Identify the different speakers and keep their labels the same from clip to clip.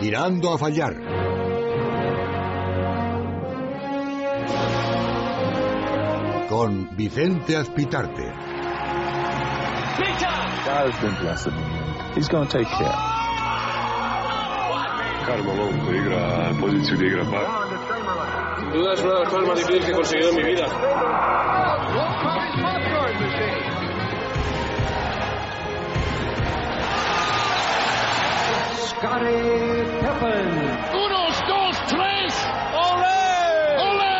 Speaker 1: tirando a fallar. Con Vicente Azpitarte.
Speaker 2: God has been blessed. He's going to take care.
Speaker 3: Carmo Longo igra poziciju gdje igra par.
Speaker 4: Sin duda es una de las cosas más difíciles que he conseguido en mi vida.
Speaker 5: Unos, dos, tres. ¡Olé! ¡Olé!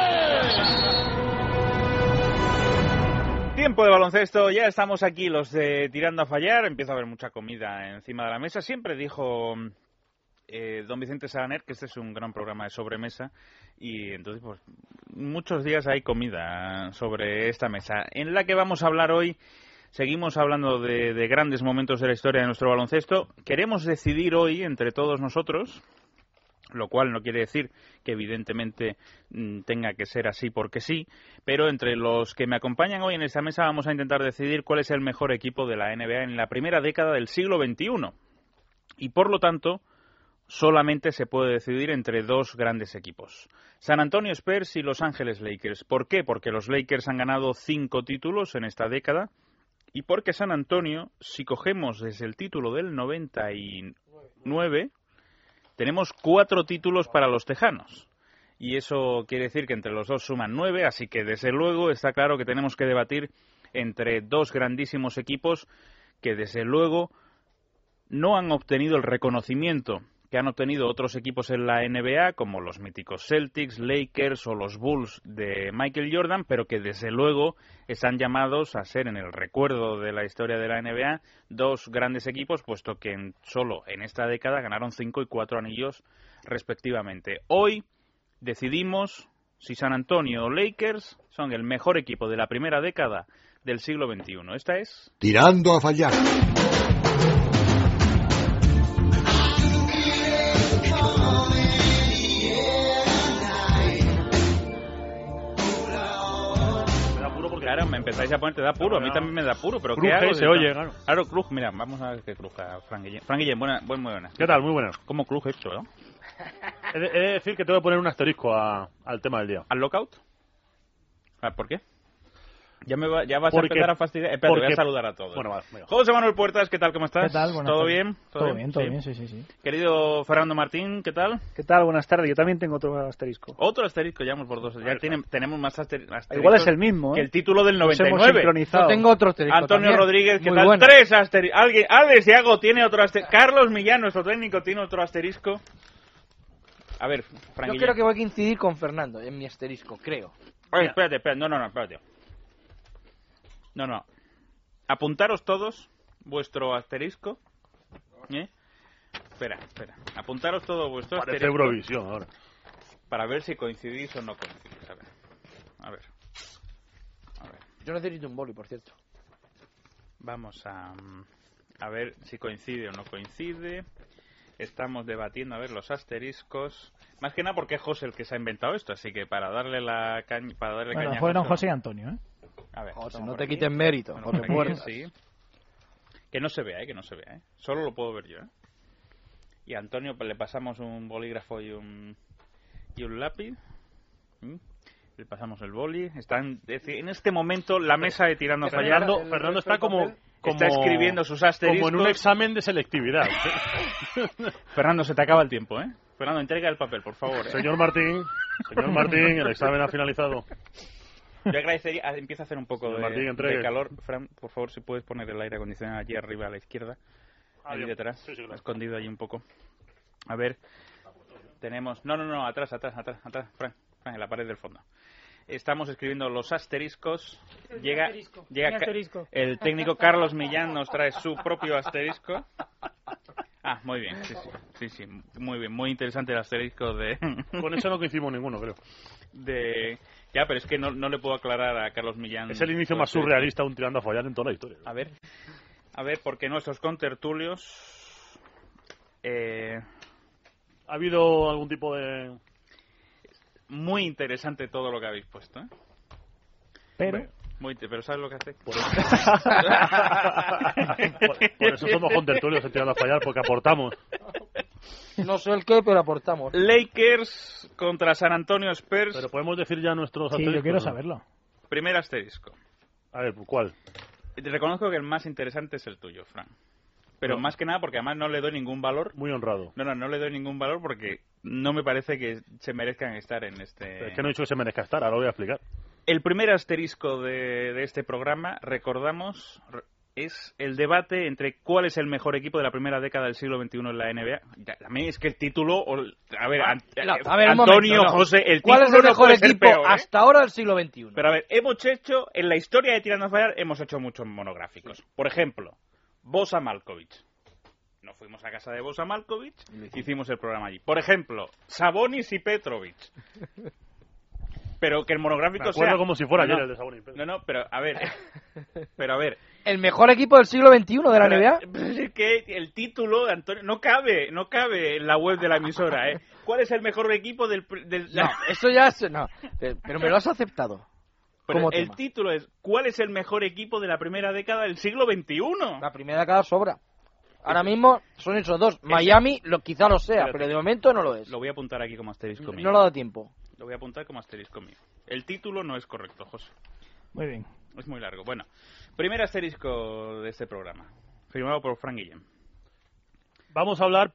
Speaker 6: Tiempo de baloncesto, ya estamos aquí los de Tirando a Fallar, empieza a haber mucha comida encima de la mesa. Siempre dijo eh, don Vicente Saganer que este es un gran programa de sobremesa y entonces pues muchos días hay comida sobre esta mesa. En la que vamos a hablar hoy, seguimos hablando de, de grandes momentos de la historia de nuestro baloncesto. Queremos decidir hoy entre todos nosotros, lo cual no quiere decir que evidentemente mm, tenga que ser así porque sí, pero entre los que me acompañan hoy en esta mesa vamos a intentar decidir cuál es el mejor equipo de la NBA en la primera década del siglo XXI. Y por lo tanto, solamente se puede decidir entre dos grandes equipos, San Antonio Spurs y Los Ángeles Lakers. ¿Por qué? Porque los Lakers han ganado cinco títulos en esta década y porque San Antonio, si cogemos desde el título del 99, tenemos cuatro títulos para los Tejanos. Y eso quiere decir que entre los dos suman nueve, así que desde luego está claro que tenemos que debatir entre dos grandísimos equipos que desde luego no han obtenido el reconocimiento que han obtenido otros equipos en la NBA, como los míticos Celtics, Lakers o los Bulls de Michael Jordan, pero que desde luego están llamados a ser en el recuerdo de la historia de la NBA dos grandes equipos, puesto que en- solo en esta década ganaron cinco y cuatro anillos respectivamente. Hoy decidimos si San Antonio o Lakers son el mejor equipo de la primera década del siglo XXI. Esta es
Speaker 1: Tirando a fallar.
Speaker 6: Me da puro porque ahora me empezáis a poner, te da puro, a mí también me da puro, pero
Speaker 7: Cruje,
Speaker 6: ¿qué hago?
Speaker 7: se oye, claro.
Speaker 6: Claro, Cruz, mira, vamos a ver qué cruja Frank Guillén. Frank Guillén, buena, buen, muy buena.
Speaker 7: ¿Qué tal? Muy buenas.
Speaker 6: ¿Cómo cruje esto, no?
Speaker 7: He de, he de decir que te voy a poner un asterisco a- al tema del día.
Speaker 6: ¿Al lockout? Ah, ¿Por qué? Ya, me va- ya vas
Speaker 7: Porque-
Speaker 6: a empezar a fastidiar. Espera, te voy a
Speaker 7: porque-
Speaker 6: saludar a todos.
Speaker 7: Bueno, vale, venga.
Speaker 6: José Manuel Puertas, ¿qué tal? ¿Cómo estás?
Speaker 8: ¿Qué tal? Buenas
Speaker 6: ¿Todo
Speaker 8: tardes.
Speaker 6: bien?
Speaker 8: Todo, bien, todo
Speaker 6: Sí.
Speaker 8: bien, sí, sí, sí.
Speaker 6: Querido Fernando Martín, ¿qué tal?
Speaker 9: ¿Qué tal? Buenas tardes. Yo también tengo otro asterisco.
Speaker 6: Otro asterisco, ya vamos por dos. Ya tienen- tenemos más aster- asteriscos.
Speaker 9: Igual es el mismo,
Speaker 6: Que
Speaker 9: ¿eh?
Speaker 6: el título del
Speaker 9: Nos hemos
Speaker 6: 99.
Speaker 9: sincronizado.
Speaker 8: Yo tengo otro asterisco
Speaker 6: Antonio
Speaker 8: este también.
Speaker 6: Rodríguez, que
Speaker 8: Muy
Speaker 6: tal?
Speaker 8: bueno.
Speaker 6: Tres asteriscos. Alguien, Alex Diago tiene otro asterisco. Carlos Millán, nuestro técnico, tiene otro asterisco. A ver, Frank
Speaker 8: Yo
Speaker 6: Guillén.
Speaker 8: creo que voy a coincidir con Fernando en mi asterisco, creo.
Speaker 6: Oye, espérate, espérate, no, no, no, espérate. No, no. Apuntaros todos vuestro asterisco. ¿eh? Espera, espera. Apuntaros todo vuestro
Speaker 7: Parece
Speaker 6: asterisco
Speaker 7: Eurovisión ahora.
Speaker 6: para ver si coincidís o no coincidís. A ver. A ver. A ver.
Speaker 8: Yo necesito un boli, por cierto.
Speaker 6: Vamos a, mm, a ver si coincide o no coincide. Estamos debatiendo a ver los asteriscos. Más que nada porque es José el que se ha inventado esto, así que para darle la caña, para darle
Speaker 10: Bueno,
Speaker 6: caña a
Speaker 10: fueron
Speaker 6: José,
Speaker 10: José y Antonio, ¿eh?
Speaker 6: A ver,
Speaker 8: José,
Speaker 6: estamos
Speaker 8: no
Speaker 6: por
Speaker 8: te
Speaker 6: aquí.
Speaker 8: quiten mérito,
Speaker 6: Bueno,
Speaker 8: porque
Speaker 6: por aquí,
Speaker 8: puertas.
Speaker 6: sí. Que no se vea, eh, que no se vea, eh. Solo lo puedo ver yo, eh. Y a Antonio pues, le pasamos un bolígrafo y un y un lápiz. ¿Mm? Le pasamos el boli. Están es decir, en este momento la mesa de tirando a fallar
Speaker 7: Fernando,
Speaker 8: el-
Speaker 7: Fernando
Speaker 8: el
Speaker 7: está como, como...
Speaker 6: está escribiendo sus
Speaker 7: Como
Speaker 6: asteriscos.
Speaker 7: en un examen de selectividad.
Speaker 6: Fernando, se te acaba el tiempo, ¿eh? Fernando, entrega el papel, por favor. ¿eh?
Speaker 7: señor Martín, señor Martín, el examen ha finalizado.
Speaker 6: Yo agradecería. ah, Empieza a hacer un poco
Speaker 7: Señor
Speaker 6: de,
Speaker 7: Martín, entregue.
Speaker 6: de calor. Fran, por favor, si puedes poner el aire acondicionado allí arriba a la izquierda.
Speaker 7: Ah,
Speaker 6: ahí
Speaker 7: bien.
Speaker 6: detrás,
Speaker 7: Sí, sí, claro.
Speaker 6: escondido allí un poco. A ver, tenemos... No, no, no, atrás, atrás, atrás, atrás, Fran, Fran, en la pared del fondo. Estamos escribiendo los asteriscos. Llega, llega Ca- el técnico Carlos Millán nos trae su propio asterisco. Ah, muy bien, sí, sí, sí, sí, muy bien, muy interesante el asterisco de,
Speaker 7: Con eso no coincidimos ninguno, creo.
Speaker 6: de- Ya, pero es que no, no le puedo aclarar a Carlos Millán.
Speaker 7: Mm, Es el inicio
Speaker 6: su
Speaker 7: más
Speaker 6: asterisco.
Speaker 7: surrealista de un tirando a fallar en toda la historia.
Speaker 6: A ver, a ver, porque nuestros contertulios... Eh,
Speaker 7: ¿Ha habido algún tipo de...?
Speaker 6: Muy interesante todo lo que habéis puesto, ¿eh?
Speaker 10: Pero
Speaker 6: Muy te- pero ¿sabes lo que hace?
Speaker 7: Por eso, por, por eso somos contertulios en tirando a fallar, porque aportamos.
Speaker 8: No sé el qué, pero aportamos.
Speaker 6: Lakers contra San Antonio Spurs.
Speaker 7: Pero podemos decir ya nuestros
Speaker 9: Sí,
Speaker 7: asteriscos,
Speaker 9: yo quiero
Speaker 7: ¿no?
Speaker 9: saberlo.
Speaker 6: Primer asterisco.
Speaker 7: A ver, ¿cuál?
Speaker 6: Te reconozco que el más interesante es el tuyo, Fran. Pero
Speaker 7: No.
Speaker 6: más que nada porque además no le doy ningún valor.
Speaker 7: Muy honrado.
Speaker 6: No, no, no le doy ningún valor porque no me parece que se merezcan estar en este...
Speaker 7: Es que no he dicho que se merezca estar, ahora lo voy a explicar.
Speaker 6: El primer asterisco de, de este programa, recordamos, re- es el debate entre cuál es el mejor equipo de la primera década del siglo XXI en la NBA. Ya, A mí es que el título... o el- A ver, an-
Speaker 8: Ah, No,
Speaker 6: eh,
Speaker 8: a ver, un
Speaker 6: Antonio,
Speaker 8: momento, no.
Speaker 6: José, el título
Speaker 8: ¿Cuál es el
Speaker 6: no
Speaker 8: mejor
Speaker 6: puede ser
Speaker 8: equipo Ah,
Speaker 6: peor, ¿eh?
Speaker 8: hasta ahora del siglo XXI?
Speaker 6: Pero a ver, hemos hecho, en la historia de Tirando a Fallar, hemos hecho muchos monográficos. Por ejemplo, Bosa Malkovich. Nos fuimos a casa de Bosa Malkovich, hicimos el programa allí. Por ejemplo, Sabonis y Petrovic. Pero que el monográfico
Speaker 7: Me acuerdo
Speaker 6: sea-
Speaker 7: como si fuera
Speaker 6: No,
Speaker 7: ayer
Speaker 6: no.
Speaker 7: el de Sabonis.
Speaker 6: No, no, pero a ver. Pero a ver.
Speaker 8: ¿El mejor equipo del siglo XXI de la NBA?
Speaker 6: Pero es que el título de Antonio no cabe, no cabe en la web de la emisora, ¿eh? ¿Cuál es el mejor equipo del, pr- del-
Speaker 8: No, eso ya es... No, pero pero me lo has aceptado.
Speaker 6: Pero
Speaker 8: como
Speaker 6: el
Speaker 8: tema.
Speaker 6: título es ¿Cuál es el mejor equipo de la primera década del siglo XXI?
Speaker 8: La primera cada sobra. Ahora mismo son esos dos. Miami lo, quizá lo sea,
Speaker 6: Espérate.
Speaker 8: pero de momento no lo es.
Speaker 6: Lo voy a apuntar aquí como asterisco mío.
Speaker 8: pues. No lo da tiempo.
Speaker 6: Lo voy a apuntar como asterisco mío. El título no es correcto, José.
Speaker 9: Muy bien.
Speaker 6: Es muy largo. Bueno, primer asterisco de este programa. Firmado por Frank Guillem.
Speaker 7: Vamos a hablar,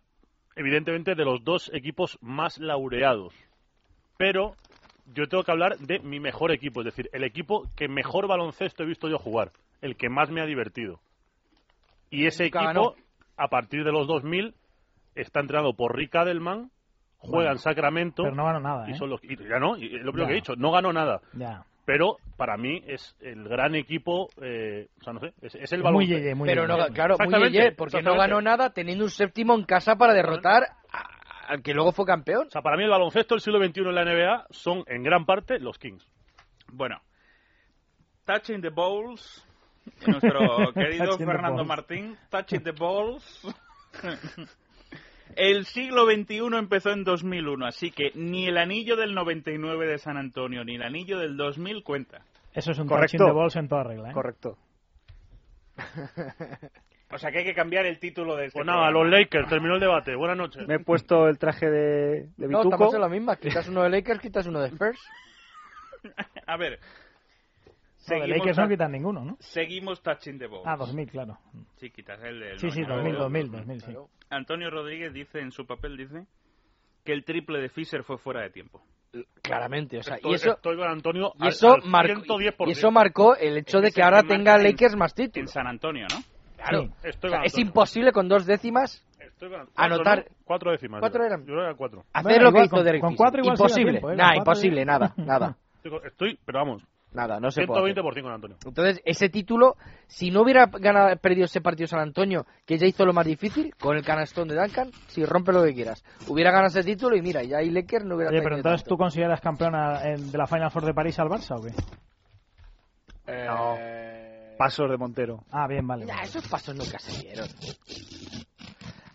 Speaker 7: evidentemente, de los dos equipos más laureados. Pero yo tengo que hablar de mi mejor equipo, es decir, el equipo que mejor baloncesto he visto yo jugar, el que más me ha divertido. Y
Speaker 9: Pues
Speaker 7: ese
Speaker 8: Nunca
Speaker 7: equipo,
Speaker 8: ganó.
Speaker 7: a partir de los 2000, está entrenado por Rick Adelman, juega en Sacramento.
Speaker 9: Pero no ganó nada,
Speaker 7: y
Speaker 9: ¿eh?
Speaker 7: son los- y ya no, y es lo primero
Speaker 9: Ya.
Speaker 7: que he dicho, no ganó nada.
Speaker 9: Ya.
Speaker 7: Pero para mí es el gran equipo, eh, o sea, no sé, es, es el
Speaker 9: muy
Speaker 7: baloncesto.
Speaker 9: yeye, muy
Speaker 8: pero no,
Speaker 9: yeye.
Speaker 8: claro, muy
Speaker 7: Exactamente,
Speaker 8: ayer, porque no
Speaker 7: exactamente.
Speaker 8: ganó nada teniendo un séptimo en casa para derrotar a- al que luego fue campeón.
Speaker 7: O sea, para mí el baloncesto del siglo XXI en la NBA son en gran parte los Kings.
Speaker 6: Bueno, Touching the Balls. Nuestro querido
Speaker 9: Touching the
Speaker 6: Fernando
Speaker 9: balls.
Speaker 6: Martín. Touching the Balls. El siglo XXI empezó en 2001, así que ni el anillo del 99 de San Antonio ni el anillo del 2000 cuenta.
Speaker 9: Eso es un
Speaker 10: Correcto.
Speaker 9: touching de balls en toda regla, ¿eh?
Speaker 10: Correcto.
Speaker 6: O sea que hay que cambiar el título de este
Speaker 7: Pues nada,
Speaker 6: programa.
Speaker 7: los Lakers, terminó el debate. Buenas noches.
Speaker 10: Me he puesto el traje de, de
Speaker 8: No, estamos
Speaker 10: Bituco.
Speaker 8: en la misma. Quitas uno de Lakers, quitas uno de Spurs.
Speaker 6: A ver.
Speaker 9: No, de
Speaker 6: Seguimos
Speaker 9: Lakers no
Speaker 6: ta-
Speaker 9: quitan ninguno, ¿no?
Speaker 6: Seguimos touching the ball.
Speaker 9: Ah, 2000, claro.
Speaker 6: Sí, quitas el del
Speaker 9: Sí, sí,
Speaker 6: 99.
Speaker 9: 2000, 2000, 2000, sí.
Speaker 8: Claro.
Speaker 6: Antonio Rodríguez dice en su papel dice que el triple de Fisher fue fuera de tiempo.
Speaker 8: Claramente, o sea,
Speaker 7: Estoy,
Speaker 8: y eso,
Speaker 7: estoy con Antonio
Speaker 8: y
Speaker 7: al-
Speaker 8: eso,
Speaker 7: al
Speaker 8: marcó,
Speaker 7: 110%.
Speaker 8: y eso marcó el hecho de
Speaker 6: Es
Speaker 8: que
Speaker 6: el
Speaker 8: ahora
Speaker 6: que
Speaker 8: tenga
Speaker 6: marca en-
Speaker 8: Lakers más
Speaker 6: En
Speaker 8: títulos.
Speaker 6: San Antonio, ¿no?
Speaker 8: Claro.
Speaker 9: Sí.
Speaker 8: O
Speaker 7: Estoy
Speaker 8: sea,
Speaker 7: con
Speaker 8: es
Speaker 7: Antonio.
Speaker 8: imposible con dos décimas
Speaker 7: Estoy con Antonio.
Speaker 8: anotar-
Speaker 7: Cuatro, ¿no? Cuatro décimas.
Speaker 8: ¿Cuatro
Speaker 7: era.
Speaker 8: eran?
Speaker 7: Yo creo que era cuatro.
Speaker 8: hacer lo
Speaker 9: Bueno,
Speaker 8: que
Speaker 9: igual,
Speaker 8: hizo
Speaker 9: con-
Speaker 8: Derek
Speaker 9: con
Speaker 8: Fisher.
Speaker 9: cuatro igual sí da
Speaker 8: Imposible,
Speaker 9: tiempo, ¿eh? Con
Speaker 8: nada,
Speaker 9: cuatro-
Speaker 8: imposible, nada, nada,
Speaker 7: Estoy, con- estoy- pero vamos,
Speaker 8: nada, no se puede. hacer.
Speaker 7: 120% con Antonio.
Speaker 8: Entonces, ese título, si no hubiera ganado, perdido ese partido San Antonio, que ya hizo lo más difícil, con el canastón de Duncan, si rompe lo que quieras, hubiera ganado ese título y mira, ya ahí Lakers no hubiera
Speaker 9: Oye, pero
Speaker 8: tenido
Speaker 9: entonces tú
Speaker 8: tanto.
Speaker 9: consideras campeona eh, de la Final Four de París al Barça o qué?
Speaker 10: Pasos de Montero.
Speaker 9: Ah, bien, vale.
Speaker 8: Ya,
Speaker 9: vale.
Speaker 8: esos pasos nunca se vieron.
Speaker 9: Ya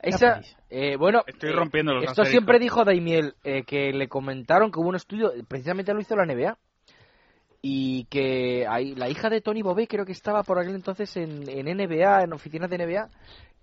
Speaker 8: Esa,
Speaker 9: veis.
Speaker 8: eh, bueno,
Speaker 6: Estoy
Speaker 8: eh,
Speaker 6: rompiendo los
Speaker 8: Esto
Speaker 6: asteriscos.
Speaker 8: siempre dijo Daimiel, eh, que le comentaron que hubo un estudio, precisamente lo hizo la NBA, y que ahí, la hija de Tony Bobé creo que estaba por aquel entonces en, en NBA, en oficinas de NBA,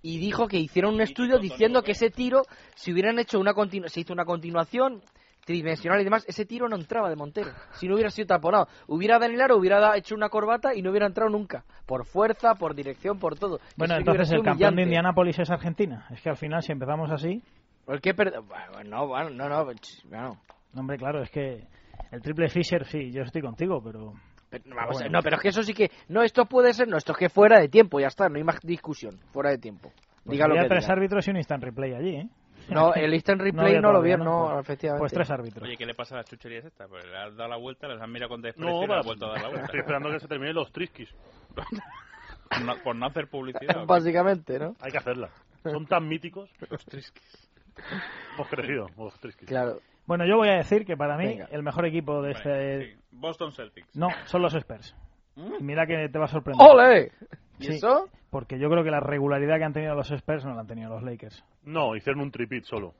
Speaker 8: y dijo que hicieron un estudio
Speaker 6: Tony
Speaker 8: diciendo
Speaker 6: Bobé.
Speaker 8: que ese tiro, si hubieran hecho una continu- se hizo una continuación tridimensional y demás, ese tiro no entraba de Montero, si no hubiera sido taponado. Hubiera dado en el aro, hubiera da- hecho una corbata y no hubiera entrado nunca, por fuerza, por dirección, por todo. Eso sí
Speaker 9: Bueno,
Speaker 8: que hubiera
Speaker 9: entonces
Speaker 8: sido
Speaker 9: el campeón de
Speaker 8: humillante.
Speaker 9: Indianápolis es Argentina. Es que al final, si empezamos así,
Speaker 8: ¿Por qué perder? No, bueno, no, no, ch- bueno.
Speaker 9: hombre, claro, es que el triple Fisher, sí, yo estoy contigo, pero
Speaker 8: Pero, vamos,
Speaker 9: bueno.
Speaker 8: No, pero es que eso sí que. No, esto puede ser. No, esto es que fuera de tiempo, ya está, no hay más discusión. Fuera de tiempo.
Speaker 9: pues
Speaker 8: Diga lo
Speaker 9: había
Speaker 8: que
Speaker 9: tres
Speaker 8: diga.
Speaker 9: árbitros y un instant replay allí, ¿eh?
Speaker 8: No, el instant replay
Speaker 9: había
Speaker 8: no, lo
Speaker 9: todavía,
Speaker 8: vieron, no,
Speaker 9: Pues-
Speaker 8: efectivamente.
Speaker 9: Pues tres árbitros.
Speaker 6: Oye, ¿qué le pasa a las chucherías estas? Pues le has dado la vuelta, las han mirado con desprecio
Speaker 7: No,
Speaker 6: y le has
Speaker 7: para-
Speaker 6: vuelto a dar la
Speaker 7: estoy
Speaker 6: vuelta.
Speaker 7: esperando que se terminen los triskis.
Speaker 6: Por no, por no hacer publicidad.
Speaker 7: Pues,
Speaker 6: ¿o qué?
Speaker 8: Básicamente, ¿no?
Speaker 7: Hay que hacerla. Son tan míticos. los triskis. Hemos crecido, los triskis.
Speaker 8: Claro.
Speaker 9: Bueno, yo voy a decir que para mí
Speaker 8: Venga.
Speaker 9: el mejor equipo
Speaker 6: Vale,
Speaker 9: de este...
Speaker 6: sí. Boston Celtics.
Speaker 9: No, son los Spurs.
Speaker 7: Mm.
Speaker 9: Y mira que te va a sorprender.
Speaker 8: ¡Ole! ¿Y
Speaker 9: Sí,
Speaker 8: eso?
Speaker 9: Porque yo creo que la regularidad que han tenido los Spurs no la han tenido los Lakers.
Speaker 7: No, hicieron un tripit solo.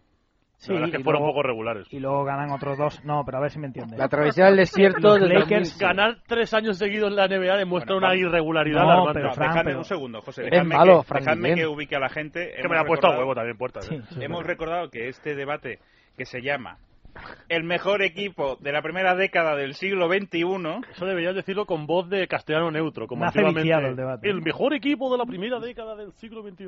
Speaker 9: Sí,
Speaker 7: la verdad es
Speaker 9: y
Speaker 7: que fueron un
Speaker 9: luego-
Speaker 7: poco regulares.
Speaker 9: Y luego ganan otros dos. No, pero a ver si me entiendes.
Speaker 8: La travesía del desierto
Speaker 9: Los
Speaker 8: de
Speaker 9: Lakers
Speaker 7: Ganar tres años seguidos en la NBA demuestra
Speaker 6: Bueno,
Speaker 7: una
Speaker 6: Fran-
Speaker 7: irregularidad
Speaker 9: No,
Speaker 7: alarmante.
Speaker 9: pero
Speaker 6: No,
Speaker 9: Fran,
Speaker 6: dejadme
Speaker 9: pero-
Speaker 6: un segundo, José.
Speaker 8: Es
Speaker 6: Dejadme,
Speaker 8: malo,
Speaker 6: que,
Speaker 8: Fran
Speaker 6: dejadme
Speaker 8: Guillén.
Speaker 6: que ubique a la gente.
Speaker 7: que
Speaker 6: Hemos
Speaker 7: me la ha puesto a
Speaker 6: recordado-
Speaker 7: huevo también, puertas.
Speaker 9: Sí,
Speaker 7: ¿eh?
Speaker 9: sí,
Speaker 6: Hemos recordado que este debate que se llama el mejor equipo de la primera década del siglo XXI
Speaker 7: Eso deberías decirlo con voz de castellano neutro, como
Speaker 9: Me hace
Speaker 7: antiguamente,
Speaker 9: viciado el debate.
Speaker 7: mejor equipo de la primera década del siglo XXI.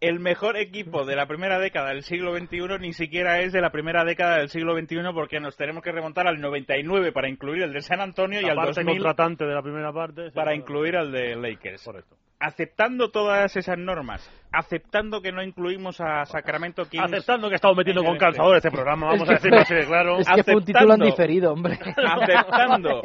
Speaker 6: el mejor equipo de la primera década del siglo XXI ni siquiera es de la primera década del siglo XXI porque nos tenemos que remontar al 99 para incluir el de San Antonio y
Speaker 7: la
Speaker 6: al
Speaker 7: parte
Speaker 6: 2000
Speaker 7: contratante de la primera parte. sí,
Speaker 6: para
Speaker 7: claro.
Speaker 6: incluir al de Lakers.
Speaker 7: Correcto.
Speaker 6: Aceptando todas esas normas, aceptando que no incluimos a Sacramento Kings,
Speaker 7: Aceptando que estamos metiendo
Speaker 6: en
Speaker 7: con
Speaker 6: el
Speaker 7: calzador este programa, vamos a decirlo así de claro.
Speaker 8: Es que fue un título en
Speaker 6: aceptando-
Speaker 8: diferido, hombre.
Speaker 6: aceptando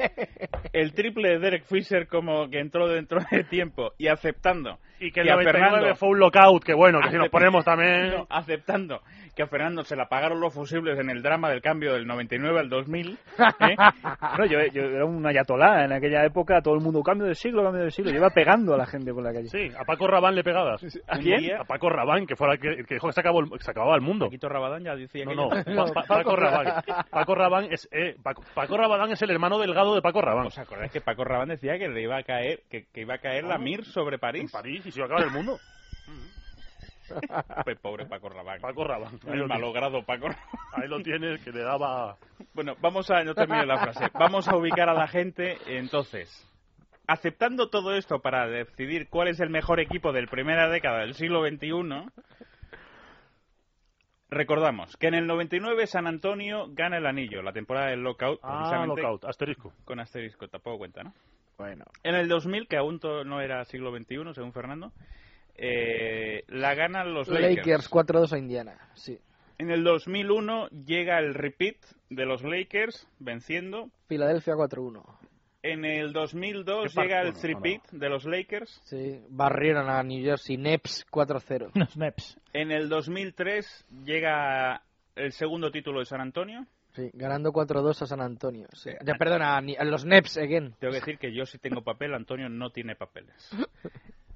Speaker 6: el triple de Derek Fisher como que entró dentro de tiempo y aceptando
Speaker 7: Y que el
Speaker 6: a
Speaker 7: 99
Speaker 6: Fernando-
Speaker 7: fue un lockout, que bueno, que si nos
Speaker 6: Acept-
Speaker 7: ponemos también...
Speaker 6: No, aceptando que a Fernando se la pagaron los fusibles en el drama del cambio del 99 al 2000. ¿eh?
Speaker 10: Bueno, yo, yo era un ayatolá en aquella época, todo el mundo cambio de siglo, cambio de siglo, yo iba pegando a la gente por la calle.
Speaker 7: Sí, a Paco Rabán le pegabas.
Speaker 6: ¿A
Speaker 7: Un
Speaker 6: quién?
Speaker 7: día- A Paco Rabán, que fue el que, el que dijo que se, acabó el- que se acababa el mundo.
Speaker 6: Paquito Rabadán ya decía
Speaker 7: No,
Speaker 6: que
Speaker 7: no,
Speaker 6: ya-
Speaker 7: Pa- Pa- Paco Rabán. Paco Rabán es, eh, Paco, Paco Rabadán es el hermano delgado de Paco Rabán.
Speaker 6: ¿Os acordáis que Paco Rabán decía que le iba a caer, que, que iba a caer la Mir sobre
Speaker 7: en
Speaker 6: París?
Speaker 7: París y se iba a acabar el mundo.
Speaker 6: Pues pobre Paco Rabán.
Speaker 7: Paco Rabán. Ahí
Speaker 6: El
Speaker 7: lo, tienes,
Speaker 6: malogrado Paco Rabán.
Speaker 7: ahí lo tienes, que le daba...
Speaker 6: Bueno, vamos a. No termine la frase. Vamos a ubicar a la gente. Entonces, aceptando todo esto para decidir cuál es el mejor equipo del primera década del siglo XXI, recordamos que en el 99 San Antonio gana el anillo, la temporada del lockout,
Speaker 7: Ah,
Speaker 6: precisamente
Speaker 7: lockout, asterisco.
Speaker 6: con asterisco, tampoco cuenta, ¿no?
Speaker 10: Bueno,
Speaker 6: En el 2000, que aún to- no era siglo XXI, según Fernando, eh, la ganan los
Speaker 8: Lakers 4-2 a Indiana. Sí.
Speaker 6: En el 2001 llega el repeat de los Lakers venciendo
Speaker 8: Filadelfia 4-1.
Speaker 6: En el 2002
Speaker 7: ¿Qué
Speaker 6: llega el
Speaker 7: partido? No,
Speaker 6: repeat de los Lakers.
Speaker 8: Sí. Barrieron a New Jersey Nets 4-0.
Speaker 9: Unos Neps.
Speaker 6: En el 2003 llega el segundo título de San Antonio.
Speaker 8: Sí, ganando 4-2 a San Antonio. Sí. Ya, perdona, a ni- a los Neps again.
Speaker 6: Tengo que decir que yo sí tengo papel, Antonio no tiene papeles.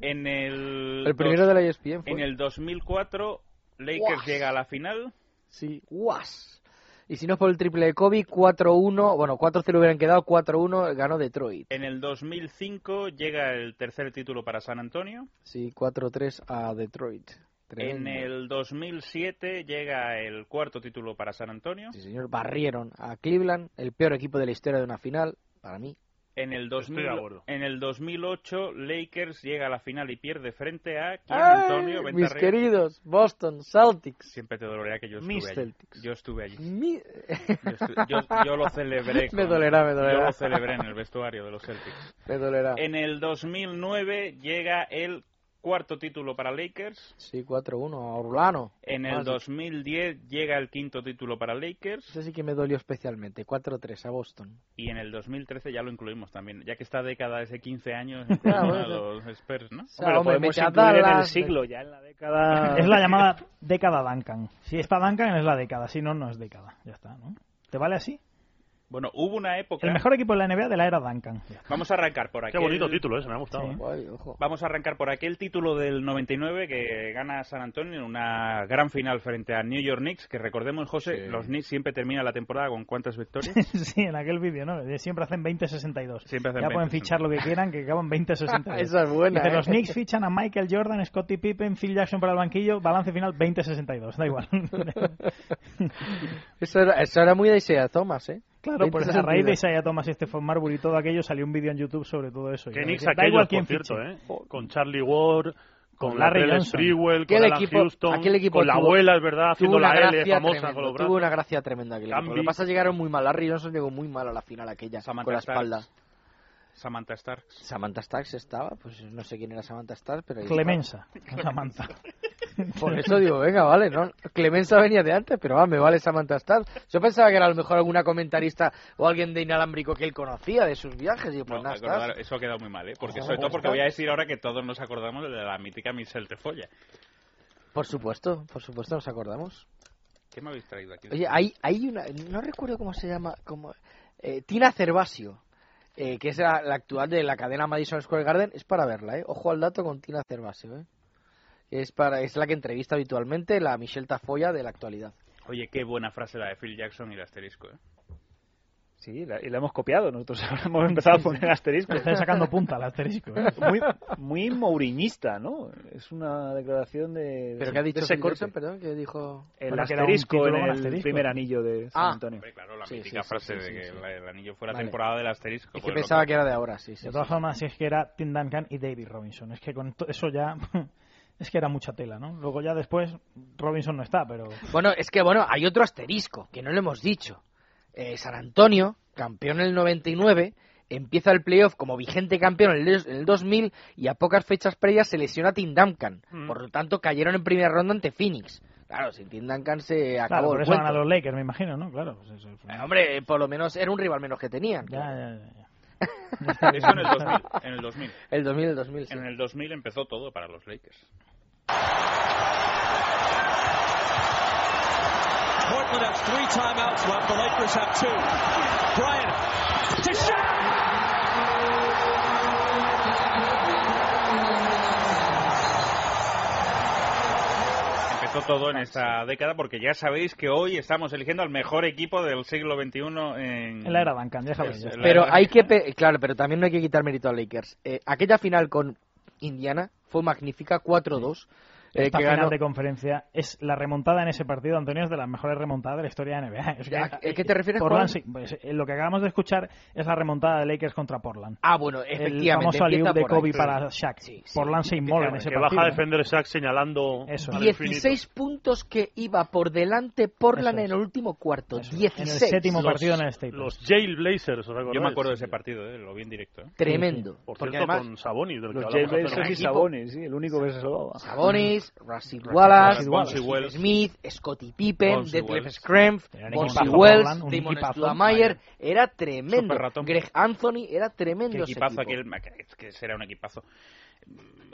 Speaker 6: En el,
Speaker 8: El primero de
Speaker 6: dos-
Speaker 8: la E ESPN fue.
Speaker 6: en el 2004 Lakers
Speaker 8: Guas.
Speaker 6: llega a la final.
Speaker 8: Sí, guas. Y si no es por el triple de Kobe, 4-1. Bueno, 4-0 hubieran quedado, 4-1 ganó Detroit.
Speaker 6: En el 2005 llega el tercer título para San Antonio.
Speaker 8: Sí, 4-3 a Detroit.
Speaker 6: En
Speaker 8: Tremendo.
Speaker 6: el 2007 llega el cuarto título para San Antonio.
Speaker 8: Sí, señor, barrieron a Cleveland, el peor equipo de la historia de una final, para mí.
Speaker 6: En el,
Speaker 7: Estoy
Speaker 6: 2000
Speaker 7: de acuerdo.
Speaker 6: en el 2008, Lakers llega a la final y pierde frente a San
Speaker 8: ¡Ay,
Speaker 6: Antonio. vente
Speaker 8: mis
Speaker 6: arriba.
Speaker 8: queridos Boston Celtics.
Speaker 6: Siempre te dolerá que yo estuve
Speaker 8: Mis
Speaker 6: allí.
Speaker 8: Celtics.
Speaker 6: Yo estuve allí.
Speaker 8: Mi-
Speaker 6: Yo, estu- yo- yo lo celebré.
Speaker 8: Me
Speaker 6: con-
Speaker 8: dolerá, me
Speaker 6: Yo
Speaker 8: dolerá.
Speaker 6: lo celebré en el vestuario de los Celtics.
Speaker 8: Me dolerá.
Speaker 6: En el 2009 llega el cuarto título para Lakers.
Speaker 8: Sí, 4-1 a Orlano.
Speaker 6: En el
Speaker 8: Mal.
Speaker 6: 2010 llega el quinto título para Lakers.
Speaker 8: Ese Ah, sí que me dolió especialmente, 4-3 a Boston.
Speaker 6: Y en el 2013 ya lo incluimos también. Ya que esta década es de 15 años,
Speaker 8: Ah,
Speaker 6: incluimos
Speaker 8: bueno,
Speaker 6: a los Spurs, ¿no?
Speaker 8: O sea,
Speaker 10: Hombre, lo
Speaker 8: hombre,
Speaker 10: podemos
Speaker 8: mete a
Speaker 10: incluir en el
Speaker 8: Dallas,
Speaker 10: siglo, ya en la década...
Speaker 9: Es la llamada década Duncan. Si está Duncan es la década, si no, no es década. Ya está, ¿no? ¿Te vale así?
Speaker 6: Bueno, hubo una época.
Speaker 9: El mejor equipo de la NBA de la era Duncan.
Speaker 6: Vamos a arrancar por aquí.
Speaker 7: Qué bonito título ese, me ha gustado.
Speaker 9: Sí.
Speaker 7: ¿eh?
Speaker 8: Guay, ojo.
Speaker 6: Vamos a arrancar por aquel título del 99 que gana San Antonio en una gran final frente a New York Knicks, que recordemos, José, los Knicks siempre terminan la temporada con cuántas victorias.
Speaker 9: Sí, en aquel vídeo, ¿no? De Siempre hacen 20-62.
Speaker 6: Siempre hacen
Speaker 9: ya pueden
Speaker 6: 20-62.
Speaker 9: fichar lo que quieran, que acaban 20-62.
Speaker 8: Esa es buena,
Speaker 9: Dice,
Speaker 8: ¿eh?
Speaker 9: Los Knicks fichan a Michael Jordan, Scottie Pippen, Phil Jackson para el banquillo, balance final 20-62. Da igual.
Speaker 8: Eso era, eso era muy de Isaiah Thomas, ¿eh?
Speaker 9: claro, por
Speaker 8: 20-62.
Speaker 9: esa raíz de Isaiah Thomas y Stephen Marbury y todo aquello, salió un vídeo en YouTube sobre todo eso. Y
Speaker 7: Que
Speaker 9: ya
Speaker 7: Knicks
Speaker 9: decía, da
Speaker 7: aquellos,
Speaker 9: igual
Speaker 7: por
Speaker 9: quién
Speaker 7: cierto,
Speaker 9: fiche.
Speaker 7: ¿eh? Con Charlie Ward, con,
Speaker 9: Con Larry
Speaker 7: Larry
Speaker 9: Johnson.
Speaker 7: Sprewell, con
Speaker 8: Aquel
Speaker 7: Alan
Speaker 8: equipo-
Speaker 7: Houston,
Speaker 8: aquel equipo
Speaker 7: con la
Speaker 8: tuvo-
Speaker 7: abuela, es verdad,
Speaker 8: Tuvo
Speaker 7: haciendo
Speaker 8: una,
Speaker 7: la L
Speaker 8: gracia
Speaker 7: famosa con
Speaker 8: tremenda,
Speaker 7: los
Speaker 8: tuvo
Speaker 7: brazos.
Speaker 8: una gracia tremenda. aquel equipo. Lo que
Speaker 7: Cambi.
Speaker 8: pasa es que llegaron muy mal. Larry Johnson llegó muy mal a la final aquella,
Speaker 6: Samantha
Speaker 8: con la
Speaker 6: Starks.
Speaker 8: espalda.
Speaker 6: Samantha Starks.
Speaker 8: Samantha Starks estaba, pues no sé quién era Samantha Starks,
Speaker 7: ¿eh?
Speaker 8: pero... ahí
Speaker 9: Clemensa, Samantha.
Speaker 8: estaba. Por eso digo, venga, vale, ¿no? Clemensa venía de antes, pero ah, me vale Samantha Starks. Yo pensaba que era a lo mejor alguna comentarista o alguien de inalámbrico que él conocía de sus viajes. Y yo, pues
Speaker 6: No,
Speaker 8: nada,
Speaker 6: acordar-
Speaker 8: Starks.
Speaker 6: eso ha quedado muy mal, ¿eh? Porque,
Speaker 8: Ojo,
Speaker 6: sobre todo porque
Speaker 8: Starks.
Speaker 6: voy a decir ahora que todos nos acordamos de la mítica Michelle Trefolla.
Speaker 8: Por supuesto, por supuesto, nos acordamos.
Speaker 6: ¿Qué me habéis traído aquí?
Speaker 8: Oye, ah. hay, hay una... No recuerdo cómo se llama... Cómo, eh, Tina Cervasio, eh, que es la, la actual de la cadena Madison Square Garden, es para verla, ¿eh? Ojo al dato con Tina Cervasio, ¿eh? Es, para, es la que entrevista habitualmente la Michelle Tafoya de la actualidad.
Speaker 6: Oye, qué buena frase la de Phil Jackson y el asterisco, ¿eh?
Speaker 10: Sí, la- y la hemos copiado. Nosotros ahora hemos empezado a poner asterisco.
Speaker 9: Está sacando punta al asterisco. ¿eh?
Speaker 10: Muy, muy mouriñista, ¿no? Es una declaración de.
Speaker 8: ¿Pero qué ha dicho
Speaker 10: de ese
Speaker 8: Phil
Speaker 10: corte.
Speaker 8: Jackson? Perdón, que dijo...
Speaker 10: El
Speaker 9: Bueno, que era un
Speaker 10: asterisco en
Speaker 9: título con
Speaker 10: el
Speaker 9: asterisco.
Speaker 10: primer anillo de San
Speaker 8: Ah.
Speaker 10: Antonio.
Speaker 6: Hombre, claro, la
Speaker 8: Sí,
Speaker 6: mítica
Speaker 8: sí, sí,
Speaker 6: frase
Speaker 8: sí, sí,
Speaker 6: de que
Speaker 8: sí.
Speaker 6: la- el anillo fue la
Speaker 8: Vale.
Speaker 6: temporada del asterisco.
Speaker 8: Es que
Speaker 6: pues,
Speaker 8: pensaba
Speaker 6: loco.
Speaker 8: que era de ahora, sí, sí.
Speaker 9: De
Speaker 8: sí.
Speaker 9: todas formas, es que era Tim Duncan y David Robinson. Es que con to- eso ya. Es que era mucha tela, ¿no? Luego ya después Robinson no está, pero.
Speaker 8: Bueno, es que bueno, hay otro asterisco que no lo hemos dicho. Eh, San Antonio, campeón en el 99, empieza el playoff como vigente campeón en el, dos- en el 2000 y a pocas fechas previas se lesiona Tim Duncan.
Speaker 7: Mm.
Speaker 8: Por lo tanto, cayeron en primera ronda ante Phoenix. Claro, sin Tim Duncan se
Speaker 9: Claro,
Speaker 8: acabó
Speaker 9: por
Speaker 8: el
Speaker 9: eso van a
Speaker 8: cuento.
Speaker 9: los Lakers, me imagino, ¿no? Claro. pues eso fue-
Speaker 8: Eh, hombre, eh, por lo menos era un rival menos que tenían.
Speaker 9: Ya, ya, ya, ya.
Speaker 6: Eso en el 2000. En el 2000.
Speaker 8: El 2000, el 2000, sí.
Speaker 6: En el 2000 empezó todo para los Lakers.
Speaker 5: Portland has three timeouts left. The Lakers have two. Bryant to Shaq.
Speaker 6: Empezó todo en esta década porque ya sabéis que hoy estamos eligiendo al mejor equipo del siglo XXI en...
Speaker 9: En la era Duncan, déjalo. ya
Speaker 6: Es-
Speaker 9: está.
Speaker 6: la
Speaker 8: Pero
Speaker 6: era-
Speaker 8: hay que... pe- Claro, pero también no hay que quitar mérito a Lakers. Eh, aquella final con Indiana fue magnífica, 4-2. eh,
Speaker 9: Esta
Speaker 8: que
Speaker 9: final
Speaker 8: ganó...
Speaker 9: de conferencia es la remontada en ese partido, Antonio, es de las mejores remontadas de la historia de NBA. Es
Speaker 8: Ya, ¿a qué te refieres, Juan?
Speaker 9: Portland, sí, pues, eh, lo que acabamos de escuchar es la remontada de Lakers contra Portland.
Speaker 8: Ah, bueno,
Speaker 9: El
Speaker 8: efectivamente.
Speaker 9: famoso
Speaker 8: empieza
Speaker 9: alley-oop de
Speaker 8: por ahí.
Speaker 9: Kobe para Shaq.
Speaker 8: Sí, sí.
Speaker 9: Portland se inmola en ese
Speaker 7: Que
Speaker 9: partido. ¿eh?
Speaker 7: baja a defender Shaq señalando
Speaker 9: Eso.
Speaker 7: al infinito.
Speaker 8: 16 puntos que iba por delante Portland
Speaker 9: Eso es.
Speaker 8: en el último cuarto.
Speaker 9: Eso es. En el
Speaker 8: 16.
Speaker 9: séptimo partido en el Staples.
Speaker 7: Los Jailblazers, ¿os acordáis?
Speaker 6: Yo me acuerdo de ese partido, ¿eh? lo vi en directo. ¿eh?
Speaker 8: Tremendo.
Speaker 7: Por
Speaker 8: Porque
Speaker 7: cierto,
Speaker 8: además,
Speaker 7: con Sabonis, del que
Speaker 10: Los
Speaker 7: hablamos hace
Speaker 10: Jailblazers y
Speaker 8: equipo.
Speaker 10: Sabonis, sí, el único que se salvaba.
Speaker 8: Sabonis, Rashid Wallace,
Speaker 6: Rashid Wallace.
Speaker 8: Steve
Speaker 6: Wells.
Speaker 8: Smith, Scottie Pippen,
Speaker 6: Bonzi
Speaker 8: Detlef
Speaker 6: Wells.
Speaker 8: Scrimp,
Speaker 9: Era un
Speaker 8: Bonzi
Speaker 9: equipazo
Speaker 8: Wells,
Speaker 9: Portland, un
Speaker 8: Damon
Speaker 9: equipazo.
Speaker 8: Stuyamayer. Era tremendo.
Speaker 6: Super ratón.
Speaker 8: Greg Anthony era tremendo.
Speaker 6: Qué
Speaker 8: ese
Speaker 6: equipazo
Speaker 8: equipo.
Speaker 6: aquel, que- que será un equipazo.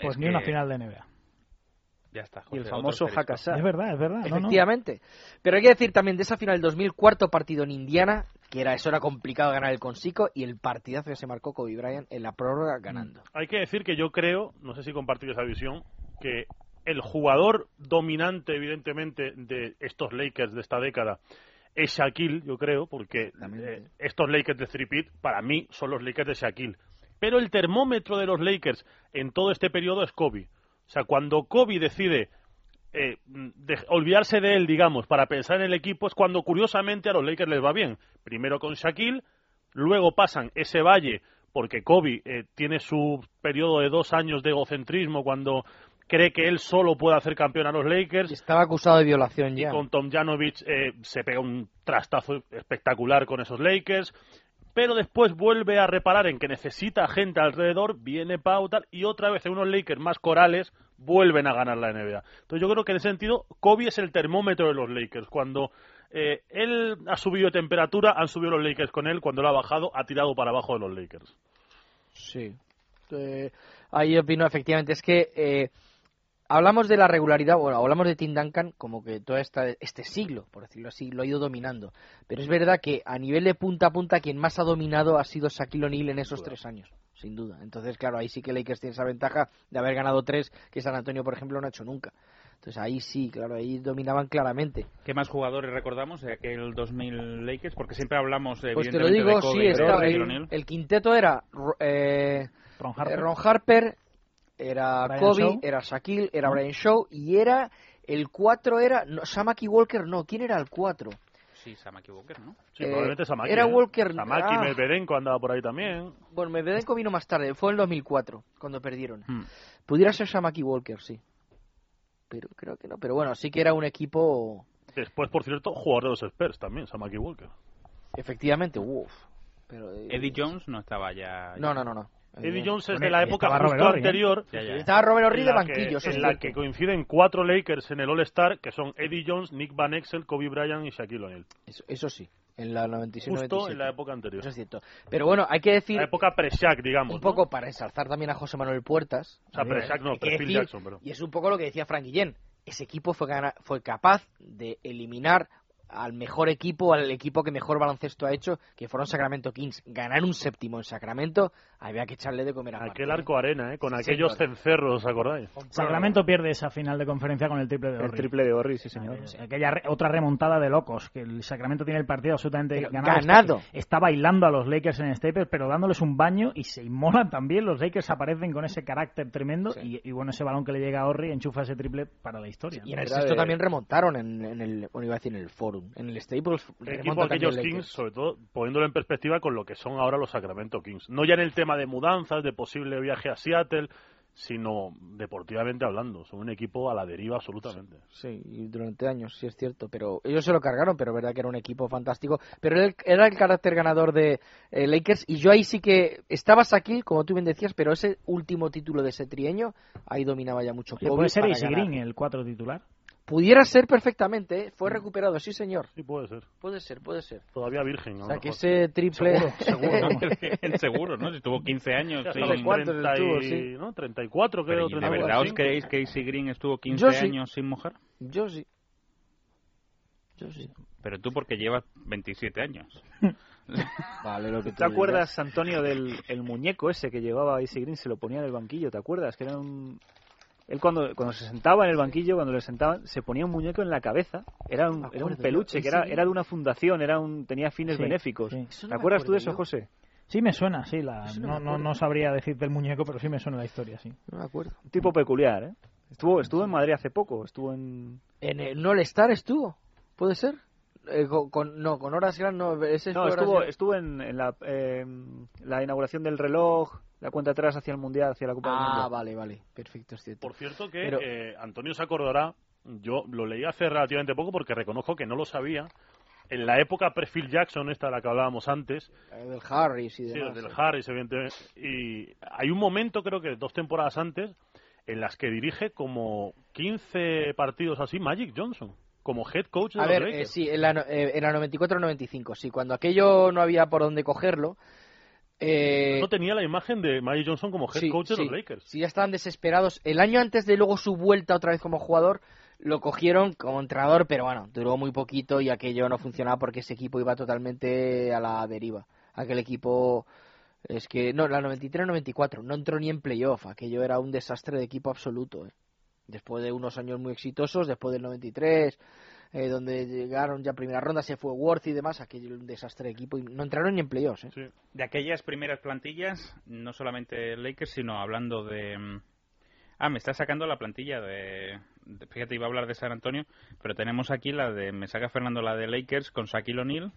Speaker 9: Pues
Speaker 6: Es
Speaker 9: ni
Speaker 6: que-
Speaker 9: una final de NBA.
Speaker 6: Ya está.
Speaker 10: Y
Speaker 6: José,
Speaker 10: el
Speaker 6: otro
Speaker 10: famoso
Speaker 6: asterisco.
Speaker 10: Hakasá.
Speaker 9: Es verdad, es verdad. No, no.
Speaker 8: Efectivamente. Pero hay que decir también de esa final del 2000, cuarto partido en Indiana, que era eso era complicado ganar el consico, y el partidazo que se marcó Kobe Bryant en la prórroga ganando.
Speaker 7: Hay que decir que yo creo, no sé si compartís esa visión, que el jugador dominante, evidentemente, de estos Lakers de esta década es Shaquille, yo creo, porque eh, estos Lakers de Three para mí, son los Lakers de Shaquille. Pero el termómetro de los Lakers en todo este periodo es Kobe. O sea, cuando Kobe decide eh, mm, de- olvidarse de él, digamos, para pensar en el equipo, es cuando curiosamente a los Lakers les va bien. Primero con Shaquille, luego pasan ese valle, porque Kobe eh, tiene su periodo de dos años de egocentrismo cuando cree que él solo puede hacer campeón a los Lakers.
Speaker 8: Y Estaba acusado de violación ya.
Speaker 7: Con Tom Janovich eh, se pega un trastazo espectacular con esos Lakers. Pero después vuelve a reparar en que necesita gente alrededor, viene Pau tal, y otra vez en unos Lakers más corales vuelven a ganar la NBA. Entonces yo creo que en ese sentido Kobe es el termómetro de los Lakers. Cuando eh, él ha subido de temperatura, han subido los Lakers con él. Cuando lo ha bajado, ha tirado para abajo de los Lakers.
Speaker 8: Sí. Eh, ahí opino, efectivamente. Es que eh, hablamos de la regularidad, bueno, hablamos de Tim Duncan como que todo esta, este siglo, por decirlo así, lo ha ido dominando. Pero es verdad que a nivel de punta a punta, quien más ha dominado ha sido Shaquille O'Neal en esos tres años, sin duda. Entonces, claro, ahí sí que Lakers tiene esa ventaja de haber ganado tres que San Antonio, por ejemplo, no ha hecho nunca. Entonces ahí sí, claro, ahí dominaban claramente.
Speaker 6: ¿Qué más jugadores recordamos de aquel 2000 Lakers? Porque siempre hablamos,
Speaker 8: Pues te lo
Speaker 6: evidentemente,
Speaker 8: digo,
Speaker 6: de Kobe
Speaker 8: sí,
Speaker 6: y
Speaker 8: estaba
Speaker 6: Shaquille
Speaker 8: el,
Speaker 6: O'Neal.
Speaker 8: el quinteto era... ro- eh,
Speaker 9: Ron Harper.
Speaker 8: Eh, Ron Harper, era
Speaker 9: Brian
Speaker 8: Kobe,
Speaker 9: Shaw.
Speaker 8: era Shaquille, era Brian Shaw y era el 4 era no, Samaki Walker, no, ¿quién era el 4?
Speaker 6: Sí, Samaki Walker, ¿no?
Speaker 7: Sí,
Speaker 8: Eh,
Speaker 7: probablemente Samaki.
Speaker 8: era
Speaker 7: ¿eh?
Speaker 8: Walker-
Speaker 7: Samaki,
Speaker 8: ah.
Speaker 7: Medvedenko andaba por ahí también.
Speaker 8: Bueno, Medvedenko vino más tarde, fue en el 2004 cuando perdieron.
Speaker 9: Mm.
Speaker 6: Hmm.
Speaker 8: Pudiera ser Samaki Walker, sí. Pero creo que no, pero bueno, sí que era un equipo
Speaker 7: Después, por cierto, jugador de los Spurs también, Samaki Walker.
Speaker 8: efectivamente, uff. Pero eh,
Speaker 6: Eddie Jones no estaba ya...
Speaker 8: No, no, no, no.
Speaker 7: Eddie Jones es
Speaker 9: Hombre,
Speaker 7: de la
Speaker 9: y
Speaker 7: época
Speaker 9: estaba
Speaker 7: justo
Speaker 9: Robert Horry, ¿eh?
Speaker 7: anterior.
Speaker 6: Ya, ya.
Speaker 8: Estaba Robert Horry
Speaker 7: en
Speaker 8: de
Speaker 7: la que-
Speaker 8: banquillo, eso es
Speaker 7: en la que
Speaker 8: cierto.
Speaker 7: coinciden cuatro Lakers en el All-Star, que son Eddie Jones, Nick Van Exel, Kobe Bryant y Shaquille O'Neal.
Speaker 8: Eso, eso sí, en la 96
Speaker 7: Justo en la
Speaker 8: 97.
Speaker 7: época anterior.
Speaker 8: Eso es cierto. Pero bueno, hay que decir
Speaker 7: La época pre-Shaq, digamos.
Speaker 8: un
Speaker 7: ¿no?
Speaker 8: poco para ensalzar también a José Manuel Puertas.
Speaker 7: O sea,
Speaker 8: También,
Speaker 7: pre-Shaq no,
Speaker 8: hay que
Speaker 7: pre-Phil
Speaker 8: decir,
Speaker 7: Jackson, pero-
Speaker 8: Y es un poco lo que decía Frank Guillén. Ese equipo fue, gana- fue capaz de eliminar al mejor equipo, al equipo que mejor baloncesto ha hecho, que fueron Sacramento Kings. Ganar un séptimo en Sacramento, había que echarle de comer a
Speaker 7: Aquel
Speaker 8: Martín.
Speaker 7: arco arena, ¿eh? Con
Speaker 8: Sí,
Speaker 7: aquellos
Speaker 8: señor.
Speaker 7: cencerros, ¿os acordáis?
Speaker 9: Sacramento pierde esa final de conferencia con el triple de
Speaker 10: El
Speaker 9: Orri.
Speaker 10: triple de Orri, sí, señor.
Speaker 9: Eh, Aquella re- otra remontada de locos, que el Sacramento tiene el partido absolutamente
Speaker 8: Pero
Speaker 9: ganado.
Speaker 8: ganado.
Speaker 9: Está, está bailando a los Lakers en Staples, pero dándoles un baño y se inmolan también. Los Lakers aparecen con ese carácter tremendo
Speaker 8: Sí.
Speaker 9: y, y bueno, ese balón que le llega a Orri enchufa ese triple para la historia.
Speaker 8: Y en el
Speaker 10: Era
Speaker 8: sexto
Speaker 10: de-
Speaker 8: también remontaron en, en el, bueno, iba a decir en el Forum, en el Staples.
Speaker 7: El equipo
Speaker 8: remonta
Speaker 7: de aquellos
Speaker 8: también
Speaker 7: Kings,
Speaker 8: Lakers.
Speaker 7: sobre todo poniéndolo en perspectiva con lo que son ahora los Sacramento Kings. No ya en el tema de mudanzas, de posible viaje a Seattle, sino deportivamente hablando. Son un equipo a la deriva absolutamente.
Speaker 8: Sí, y durante años, sí es cierto, pero ellos se lo cargaron, pero verdad que era un equipo fantástico. Pero era el, era el carácter ganador de eh, Lakers y yo ahí sí que estabas aquí, como tú bien decías, pero ese último título de ese trienio, ahí dominaba ya mucho.
Speaker 9: Oye,
Speaker 8: Popovich
Speaker 9: puede ser
Speaker 8: para
Speaker 9: Easy
Speaker 8: ganar.
Speaker 9: Green ¿eh? el cuatro titular.
Speaker 8: Pudiera ser perfectamente, ¿eh? fue recuperado, sí señor.
Speaker 7: Sí, puede ser.
Speaker 8: Puede ser, puede ser.
Speaker 7: Todavía virgen. a
Speaker 8: O
Speaker 7: lo
Speaker 8: sea, que
Speaker 7: mejor.
Speaker 8: ese triple...
Speaker 6: El seguro, ¿no? Si tuvo 15 años.
Speaker 7: Sí, hasta
Speaker 6: sin-
Speaker 7: los
Speaker 8: ¿Cuántos estuvo,
Speaker 7: 30 y-
Speaker 8: sí?
Speaker 7: ¿no? 34, creo.
Speaker 6: Pero, ¿y ¿De
Speaker 7: 34,
Speaker 6: verdad os
Speaker 7: 35.
Speaker 6: creéis que Casey Green estuvo 15
Speaker 8: Yo sí.
Speaker 6: años sin mujer?
Speaker 8: Yo sí. Yo sí.
Speaker 6: Pero tú porque llevas 27 años.
Speaker 8: Vale, lo que
Speaker 10: ¿Te acuerdas, Antonio, del el muñeco ese que llevaba Easy Green? Se lo ponía en el banquillo, ¿te acuerdas? Que era un... Él cuando, cuando se sentaba en el banquillo, cuando le sentaban, se ponía un muñeco en la cabeza. Era un,
Speaker 8: Me
Speaker 10: era un
Speaker 8: acuerdo,
Speaker 10: peluche,
Speaker 8: ¿no?
Speaker 10: que era,
Speaker 8: Easy
Speaker 10: era de una fundación, era un, tenía fines
Speaker 9: Sí,
Speaker 10: benéficos.
Speaker 9: sí.
Speaker 8: Eso no me
Speaker 10: ¿Te acuerdas tú de
Speaker 8: acuerdo
Speaker 10: eso,
Speaker 8: yo.
Speaker 10: José?
Speaker 9: Sí, me suena, sí. La,
Speaker 8: Eso no me
Speaker 9: no, no,
Speaker 8: acuerdo.
Speaker 9: no sabría decir del muñeco, pero sí me suena la historia, sí.
Speaker 8: No me acuerdo.
Speaker 10: Un tipo peculiar, ¿eh? Estuvo, estuvo en Madrid hace poco, estuvo en...
Speaker 8: En el No All Star estuvo, puede ser. Eh, con, con- no, con Horas Gran no, ese
Speaker 10: No,
Speaker 8: fue Horace
Speaker 10: estuvo,
Speaker 8: Grant.
Speaker 10: estuvo en, en la, eh, la inauguración del reloj, la cuenta atrás hacia el Mundial, hacia la Copa del
Speaker 8: Ah,
Speaker 10: Mundo.
Speaker 8: vale, vale, perfecto, es cierto.
Speaker 7: Por cierto que
Speaker 8: Pero-
Speaker 7: eh, Antonio se acordará, yo lo leí hace relativamente poco porque reconozco que no lo sabía. En la época perfil Jackson, esta de la que hablábamos antes,
Speaker 8: Eh, Del Harris y
Speaker 7: sí,
Speaker 8: demás.
Speaker 7: del
Speaker 8: sí.
Speaker 7: Harris, evidentemente, y hay un momento, creo que dos temporadas antes, en las que dirige como 15 partidos así Magic Johnson, como head coach de
Speaker 8: A
Speaker 7: los
Speaker 8: ver, eh,
Speaker 7: Lakers.
Speaker 8: sí, en la, no- eh, en la 94-95, sí, cuando aquello no había por dónde cogerlo. Eh,
Speaker 7: No tenía la imagen de Magic Johnson como head
Speaker 8: sí,
Speaker 7: coach de
Speaker 8: sí,
Speaker 7: los Lakers.
Speaker 8: sí, ya estaban desesperados. El año antes de luego su vuelta otra vez como jugador, lo cogieron como entrenador, pero bueno, duró muy poquito y aquello no funcionaba porque ese equipo iba totalmente a la deriva. Aquel equipo es que no, la 93-94 no entró ni en playoff, aquello era un desastre de equipo absoluto. eh. Después de unos años muy exitosos, después del 93, eh, donde llegaron ya a primera ronda, se fue Worth y demás, aquello era un desastre de equipo y no entraron ni en playoffs. eh.
Speaker 7: Sí.
Speaker 6: De aquellas primeras plantillas, no solamente Lakers, sino hablando de... mm, Ah, me está sacando la plantilla de... de- Fíjate, iba a hablar de San Antonio, pero tenemos aquí la de... Me saca Fernando la de Lakers con Shaquille O'Neal.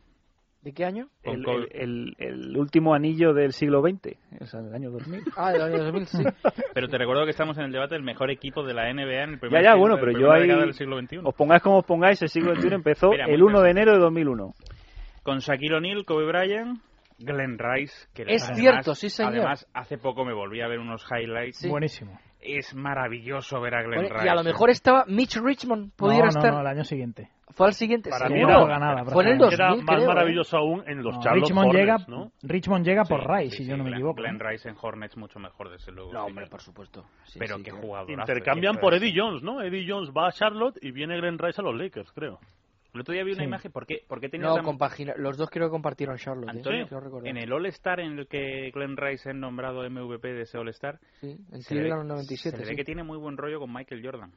Speaker 8: ¿De qué año?
Speaker 6: con
Speaker 10: El,
Speaker 6: Col-
Speaker 10: el- el- el último anillo del siglo XX, o sea, del año 2000.
Speaker 8: Ah, del año 2000, sí.
Speaker 6: Pero te recuerdo que estamos en el debate del mejor equipo de la NBA en el primer
Speaker 10: Ya, ya,
Speaker 6: siglo-
Speaker 10: bueno,
Speaker 6: en
Speaker 10: pero
Speaker 6: la
Speaker 10: yo
Speaker 6: primera
Speaker 10: ahí.
Speaker 6: década del siglo XXI.
Speaker 10: Os pongáis como os pongáis, el siglo XXI empezó
Speaker 6: Mira,
Speaker 10: el
Speaker 6: muchas
Speaker 10: 1 de enero de 2001.
Speaker 6: Con Shaquille O'Neal, Kobe Bryant, Glenn Rice. Que
Speaker 8: Es cierto, sí, señor.
Speaker 6: Además, hace poco me volví a ver unos highlights.
Speaker 8: Sí.
Speaker 9: Buenísimo.
Speaker 6: Es maravilloso ver a Glenn
Speaker 8: Bueno,
Speaker 6: Rice.
Speaker 8: y a lo mejor estaba Mitch Richmond, pudiera
Speaker 9: no,
Speaker 8: estar.
Speaker 9: no, no, el año siguiente.
Speaker 8: Fue al siguiente.
Speaker 7: Para
Speaker 8: sí,
Speaker 7: mí
Speaker 8: ¿no?
Speaker 7: no
Speaker 9: ganaba,
Speaker 8: Fue en el
Speaker 9: prácticamente.
Speaker 8: 2000,
Speaker 7: Era más
Speaker 8: creo, ¿eh?
Speaker 7: maravilloso aún en los
Speaker 9: No,
Speaker 7: Charlotte
Speaker 9: Richmond, llega,
Speaker 7: Hornets, ¿no?
Speaker 9: Richmond
Speaker 8: Ah,
Speaker 9: llega por
Speaker 6: Sí,
Speaker 9: Rice,
Speaker 6: sí,
Speaker 9: si
Speaker 6: sí,
Speaker 9: yo no me
Speaker 6: Glenn-
Speaker 9: equivoco.
Speaker 6: Glenn Rice en Hornets mucho mejor, desde luego.
Speaker 8: No,
Speaker 6: sí.
Speaker 8: hombre, por supuesto. Sí,
Speaker 6: pero
Speaker 8: sí,
Speaker 6: qué
Speaker 8: claro.
Speaker 6: jugador.
Speaker 7: Intercambian por Eddie Jones, ¿no? Eddie Jones va a Charlotte y viene Glenn Rice a los Lakers, creo.
Speaker 6: El otro día vi una
Speaker 9: Sí.
Speaker 6: imagen. ¿Por qué, por qué tenía
Speaker 8: No,
Speaker 6: tan-
Speaker 8: compagina- los dos creo que compartieron Charlotte. ¿eh?
Speaker 6: Antonio,
Speaker 8: Creo recordar.
Speaker 6: en el All-Star en el que Glenn Rice es nombrado MVP de ese All-Star,
Speaker 8: Sí, en
Speaker 6: se le ve-
Speaker 8: Cleveland 97.
Speaker 6: se le ve
Speaker 8: sí.
Speaker 6: que tiene muy buen rollo con Michael Jordan.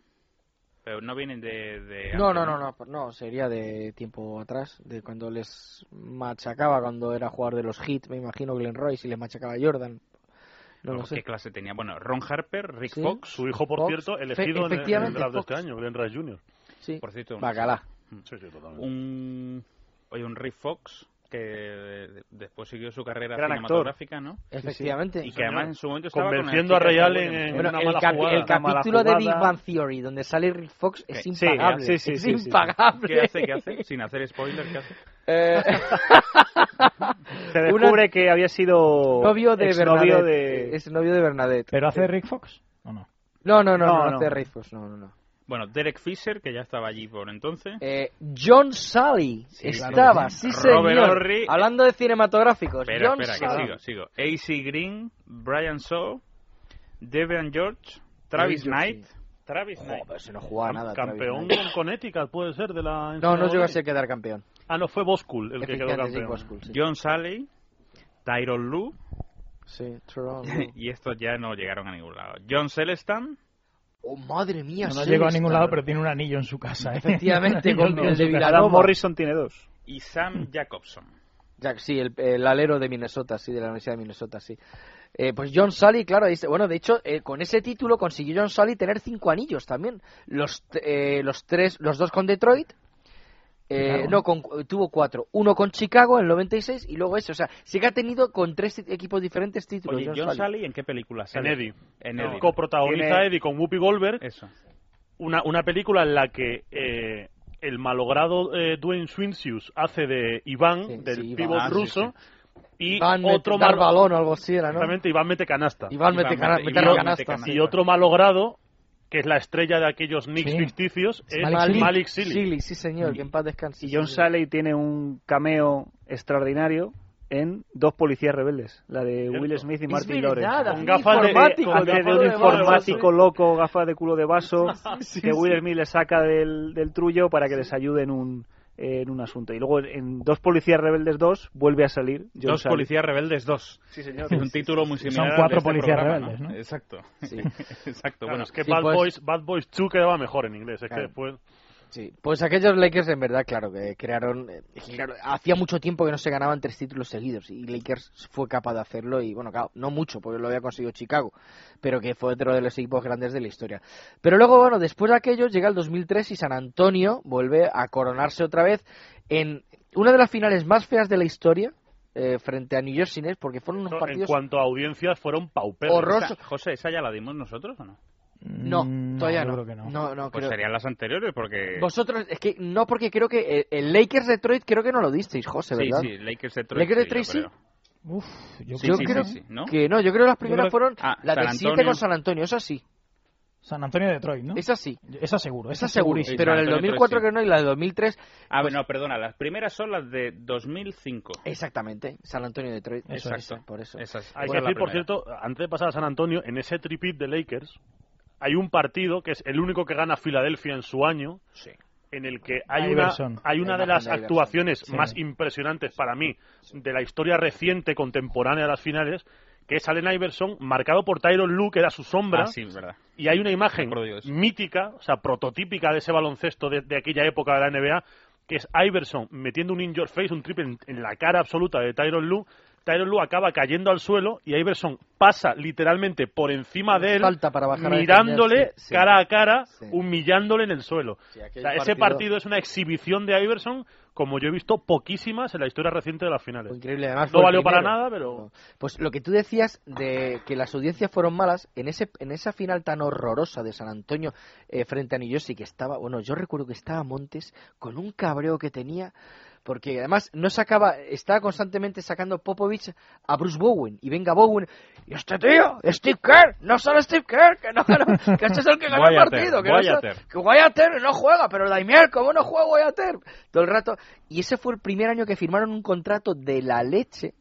Speaker 6: Pero no vienen de... de
Speaker 8: No, no,
Speaker 6: antes,
Speaker 8: no, no, por- no, sería de tiempo atrás, de cuando les machacaba, cuando era jugador de los hits, me imagino Glenn Royce, y les machacaba Jordan. No lo
Speaker 6: Vamos, ¿Qué
Speaker 8: sé.
Speaker 6: clase tenía? Bueno, Ron Harper, Rick
Speaker 8: Sí.
Speaker 6: Fox,
Speaker 7: Su hijo, por
Speaker 8: Fox,
Speaker 7: cierto,
Speaker 8: fe-
Speaker 7: elegido en el- en el
Speaker 8: efectivamente,
Speaker 7: draft de este
Speaker 8: Fox.
Speaker 7: año, Glenn Rice Jr.
Speaker 8: Sí.
Speaker 6: por cierto. un-
Speaker 8: Bacalá.
Speaker 10: Mm.
Speaker 7: Sí, sí, totalmente.
Speaker 6: Un, oye, un Rick Fox que de- después siguió su carrera
Speaker 10: Gran actor.
Speaker 6: cinematográfica, ¿no?
Speaker 8: Efectivamente.
Speaker 6: Y que
Speaker 7: señor.
Speaker 6: además en su momento estaba con
Speaker 7: Convenciendo a
Speaker 6: la chica
Speaker 7: Ray
Speaker 6: de
Speaker 7: Allen
Speaker 6: Williams.
Speaker 7: en
Speaker 8: Bueno,
Speaker 7: una
Speaker 8: el,
Speaker 7: mala
Speaker 8: capi-
Speaker 7: jugada.
Speaker 8: el
Speaker 10: cap- mala
Speaker 8: capítulo de
Speaker 10: jugada.
Speaker 8: Big Bang Theory, donde sale Rick Fox, es
Speaker 6: Sí,
Speaker 8: impagable.
Speaker 10: sí, sí,
Speaker 8: es
Speaker 10: sí, sí, sí.
Speaker 8: impagable.
Speaker 6: ¿Qué hace? ¿Qué hace? Sin hacer spoiler, ¿qué hace?
Speaker 8: Eh,
Speaker 10: Se descubre que había sido
Speaker 8: novio de
Speaker 10: exnovio
Speaker 8: Bernadette.
Speaker 10: de-
Speaker 8: Es novio de Bernadette.
Speaker 9: ¿Pero hace Rick Fox o no?
Speaker 8: No, no, no,
Speaker 10: No,
Speaker 8: no,
Speaker 10: no.
Speaker 8: hace Rick Fox, no, no, no.
Speaker 6: Bueno, Derek Fisher, que ya estaba allí por entonces.
Speaker 8: Eh, John Sally estaba,
Speaker 6: claro.
Speaker 8: sí
Speaker 6: Robert
Speaker 8: señor.
Speaker 6: Horry.
Speaker 8: Hablando de cinematográficos.
Speaker 6: espera,
Speaker 8: pues John
Speaker 6: espera,
Speaker 8: Sally.
Speaker 6: que sigo, sigo. AC Green, Brian Shaw, Devian George, Travis
Speaker 8: Devian George,
Speaker 6: Knight,
Speaker 8: sí.
Speaker 6: Travis Knight.
Speaker 8: Joder, se no jugaba nada. Travis
Speaker 7: campeón
Speaker 8: Knight.
Speaker 7: con Connecticut, puede ser, de la...
Speaker 8: No, no
Speaker 7: NCAA.
Speaker 8: llegó a ser quedar campeón.
Speaker 7: Ah, no, fue Boscool el que quedó
Speaker 8: Efectivamente, sí,
Speaker 7: campeón.
Speaker 8: Boscool, sí.
Speaker 6: John Sally, Tyron Lue,
Speaker 8: Sí, Tyrone.
Speaker 6: y estos ya no llegaron a ningún lado. John Celestan,
Speaker 8: Oh, madre mía.
Speaker 9: No,
Speaker 8: Celestar.
Speaker 9: llegó a ningún lado, pero tiene un anillo en su casa. ¿eh?
Speaker 8: Efectivamente,
Speaker 9: Un
Speaker 8: con
Speaker 9: anillo en
Speaker 8: el de
Speaker 9: su casa.
Speaker 8: Villanova.
Speaker 10: Adam Morrison tiene dos.
Speaker 6: y Sam Jacobson.
Speaker 8: Jack, sí, el, el alero de Minnesota, sí, de la Universidad de Minnesota, sí. Eh, pues John Sally, claro, dice, bueno, de hecho, eh, con ese título consiguió John Sally tener cinco anillos también. Los, eh, los tres, los dos con Detroit. eh, No, con, tuvo cuatro. Uno con Chicago en el 96 y luego ese. O sea, sí que ha tenido con tres equipos diferentes títulos.
Speaker 6: Oye, John Sally, ¿en qué película
Speaker 7: En
Speaker 6: sale?
Speaker 7: Eddie.
Speaker 6: En
Speaker 7: No,
Speaker 6: Eddie.
Speaker 7: Coprotagoniza
Speaker 10: Tiene-
Speaker 7: Eddie con Whoopi Goldberg.
Speaker 6: Eso.
Speaker 7: Una, una película en la que eh, el malogrado eh, Dwayne Swinsius hace de Iván,
Speaker 8: Sí,
Speaker 7: del
Speaker 8: sí, Iván.
Speaker 7: pivot
Speaker 8: Ah, sí,
Speaker 7: ruso. Y
Speaker 8: Iván
Speaker 7: otro
Speaker 8: otro dar
Speaker 7: malo-
Speaker 8: balón o algo así era, ¿no?
Speaker 7: Exactamente, Iván mete canasta.
Speaker 8: Iván
Speaker 6: Iván
Speaker 8: mete cana-
Speaker 6: mete-
Speaker 8: meter
Speaker 7: Iván
Speaker 8: canasta,
Speaker 6: mete canasta.
Speaker 8: sí.
Speaker 7: Y otro malogrado, que es la estrella de aquellos Knicks
Speaker 9: Sí.
Speaker 7: ficticios, es
Speaker 9: Malik
Speaker 7: Malik,
Speaker 9: Sealy.
Speaker 7: Sealy.
Speaker 8: Sealy, sí señor, que en paz descanse.
Speaker 10: Y
Speaker 8: sí,
Speaker 10: John
Speaker 8: sí.
Speaker 10: Sally tiene un cameo extraordinario en Dos policías rebeldes, la de
Speaker 7: Cierto.
Speaker 10: Will Smith y
Speaker 8: Es
Speaker 10: Martin
Speaker 8: verdad,
Speaker 10: Lawrence.
Speaker 8: hace
Speaker 7: Con gafas de-
Speaker 8: informático,
Speaker 7: con
Speaker 8: de
Speaker 10: Hace de
Speaker 8: Apolo
Speaker 10: un
Speaker 8: de Barro,
Speaker 10: informático
Speaker 8: sí.
Speaker 10: loco, gafas de culo de vaso, que Will Smith le saca del, del trullo para que les ayude en un, en un asunto. Y luego en Dos policías rebeldes 2 vuelve a salir John
Speaker 6: Dos
Speaker 10: Sally.
Speaker 6: policías rebeldes, dos.
Speaker 10: Sí, señor.
Speaker 6: Es un título muy similar.
Speaker 9: Son
Speaker 6: al
Speaker 9: cuatro
Speaker 6: de este
Speaker 9: policías
Speaker 6: programa,
Speaker 9: rebeldes, ¿no?
Speaker 6: Exacto.
Speaker 8: Sí.
Speaker 6: Exacto.
Speaker 7: Bueno,
Speaker 6: Bueno,
Speaker 7: es que
Speaker 8: sí,
Speaker 7: Bad,
Speaker 8: pues-
Speaker 7: Boys, Bad Boys 2 quedaba mejor en inglés. Es
Speaker 8: Claro.
Speaker 7: que después...
Speaker 8: Sí, pues aquellos Lakers en verdad, claro, que crearon, eh, que claro, hacía mucho tiempo que no se ganaban tres títulos seguidos y Lakers fue capaz de hacerlo y bueno, claro, no mucho, porque lo había conseguido Chicago, pero que fue otro de los equipos grandes de la historia. Pero luego, bueno, después de aquello llega el 2003 y San Antonio vuelve a coronarse otra vez en una de las finales más feas de la historia eh, frente a New York Cines, porque fueron unos
Speaker 7: No, en
Speaker 8: partidos...
Speaker 7: cuanto a audiencias, fueron pauperos.
Speaker 8: Horror.
Speaker 6: esa- José, ¿esa ya la dimos nosotros o no?
Speaker 8: No,
Speaker 9: Mm,
Speaker 8: todavía
Speaker 9: yo
Speaker 8: no.
Speaker 9: creo que no.
Speaker 8: no,
Speaker 6: Pues
Speaker 8: creo-
Speaker 6: serían las anteriores porque...
Speaker 8: Vosotros, es que no, porque creo que eh, el Lakers Detroit creo que no lo disteis, José,
Speaker 6: Sí,
Speaker 8: ¿verdad?
Speaker 6: sí, Lakers Detroit.
Speaker 8: Lakers
Speaker 6: sí,
Speaker 8: Detroit
Speaker 6: yo
Speaker 8: sí.
Speaker 6: creo.
Speaker 9: Uf, yo
Speaker 6: Sí,
Speaker 8: yo
Speaker 9: creo que
Speaker 8: creo
Speaker 9: no.
Speaker 6: sí, sí, ¿no?
Speaker 8: que no, yo creo que las primeras
Speaker 9: creo-
Speaker 8: fueron
Speaker 6: Ah,
Speaker 8: las de
Speaker 6: San
Speaker 8: 7
Speaker 6: Antonio.
Speaker 8: con San Antonio, esa sí,
Speaker 9: San Antonio de Detroit, ¿no?
Speaker 8: esa sí,
Speaker 9: Esa seguro, esa,
Speaker 8: esa seguro.
Speaker 9: segurísima.
Speaker 8: Pero en el
Speaker 6: San Antonio
Speaker 8: 2004
Speaker 6: sí.
Speaker 8: que no y la de 2003,
Speaker 6: Ah,
Speaker 8: Pues
Speaker 6: bueno, perdona, las primeras son las de 2005.
Speaker 8: exactamente, San Antonio de Detroit,
Speaker 9: Eso es.
Speaker 8: exacto, por eso.
Speaker 6: Esas-
Speaker 7: Hay
Speaker 6: esa
Speaker 7: que
Speaker 6: es Pues, la
Speaker 7: decir, Ah, por
Speaker 6: primera.
Speaker 7: cierto, antes de pasar a San Antonio, en ese tripit de Lakers hay un partido que es el único que gana Filadelfia en su año,
Speaker 8: Sí.
Speaker 7: en el que hay una,
Speaker 9: Iverson.
Speaker 7: hay una de
Speaker 8: La
Speaker 7: las
Speaker 8: imagen de Iverson.
Speaker 7: actuaciones
Speaker 9: Sí.
Speaker 7: más impresionantes para mí de la historia reciente contemporánea de las finales, que es Allen Iverson, marcado por Tyron Lue, que era su sombra,
Speaker 6: Ah, sí, es verdad.
Speaker 7: y hay una imagen
Speaker 6: Me acuerdo yo de eso.
Speaker 7: mítica, o sea, prototípica de ese baloncesto de, de aquella época de la NBA, que es Iverson metiendo un in your face, un triple en, en la cara absoluta de Tyron Lue. Tyron Lue acaba cayendo al suelo y Iverson pasa literalmente por encima de él,
Speaker 8: Falta para bajar a
Speaker 7: mirándole
Speaker 8: defender, sí, sí.
Speaker 7: cara a cara,
Speaker 8: Sí.
Speaker 7: humillándole en el suelo.
Speaker 8: Sí,
Speaker 7: O
Speaker 8: aquel
Speaker 7: sea, ese partido es una exhibición de Iverson como yo he visto poquísimas en la historia reciente de las finales.
Speaker 8: Fue increíble, además.
Speaker 7: No
Speaker 8: fue el
Speaker 7: valió para
Speaker 8: primero.
Speaker 7: nada, pero-
Speaker 8: Pues lo que tú decías de que las audiencias fueron malas, en ese en esa final tan horrorosa de San Antonio eh, frente a New Jersey, que estaba. Bueno, yo recuerdo que estaba Montes con un cabreo que tenía, porque además no sacaba. Estaba constantemente sacando Popovich a Bruce Bowen. Y venga Bowen, y este tío, Steve Kerr, no solo Steve Kerr, que no ganó, que este es el que ganó el
Speaker 6: Wyatt Earp,
Speaker 8: partido, que no
Speaker 6: Wyatt
Speaker 8: sé-
Speaker 6: Earp.
Speaker 8: que Guayater no juega, pero Daimiel, ¿cómo no juega Guayater? Todo el rato. Y ese fue el primer año que firmaron un contrato de la leche.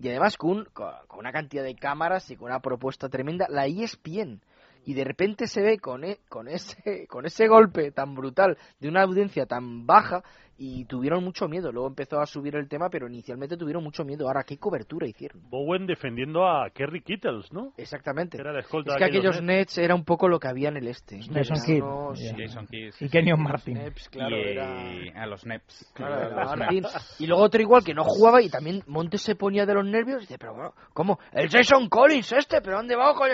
Speaker 8: Y además con, un- con, con una cantidad de cámaras y con una propuesta tremenda, la E ESPN. Y de repente se ve con, e- con, ese, con ese golpe tan brutal de una audiencia tan baja y tuvieron mucho miedo. Luego empezó a subir el tema, pero inicialmente tuvieron mucho miedo. Ahora, ¿qué cobertura hicieron?
Speaker 7: Bowen defendiendo a Kerry Kittles, ¿no?
Speaker 8: Exactamente.
Speaker 7: Era la escolta
Speaker 8: es
Speaker 7: de
Speaker 8: que
Speaker 7: aquellos
Speaker 8: aquellos Nets era un poco lo que había en el este.
Speaker 9: Jason
Speaker 8: Eran
Speaker 9: Kidd.
Speaker 8: unos-
Speaker 9: Ya.
Speaker 6: Jason Kidd.
Speaker 9: Y Kenyon Martin.
Speaker 8: Nets, claro,
Speaker 6: y
Speaker 8: era-
Speaker 6: a los Neps.
Speaker 8: Claro,
Speaker 6: Los
Speaker 8: era
Speaker 6: Neps.
Speaker 8: Martín. Y luego otro igual que no jugaba y también Montes se ponía de los nervios y dice, pero bueno, ¿cómo? El Jason Collins este, pero ¿dónde vamos con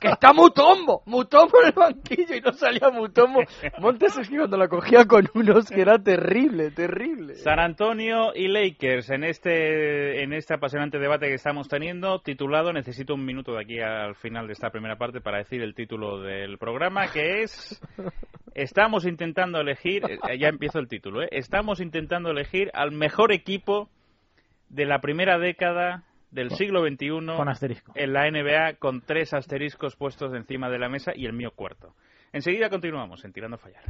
Speaker 8: Que está Mutombo, Mutombo en el banquillo y no salía Mutombo. Montes es que cuando la cogía con unos que era terrible, terrible.
Speaker 6: San Antonio y Lakers en este en este apasionante debate que estamos teniendo titulado necesito un minuto de aquí al final de esta primera parte para decir el título del programa que es estamos intentando elegir eh, ya empiezo el título ¿eh? estamos intentando elegir al mejor equipo de la primera década del siglo XXI
Speaker 9: Con asterisco.
Speaker 6: en la NBA con tres asteriscos puestos encima de la mesa y el mío cuarto enseguida continuamos en tirando a fallar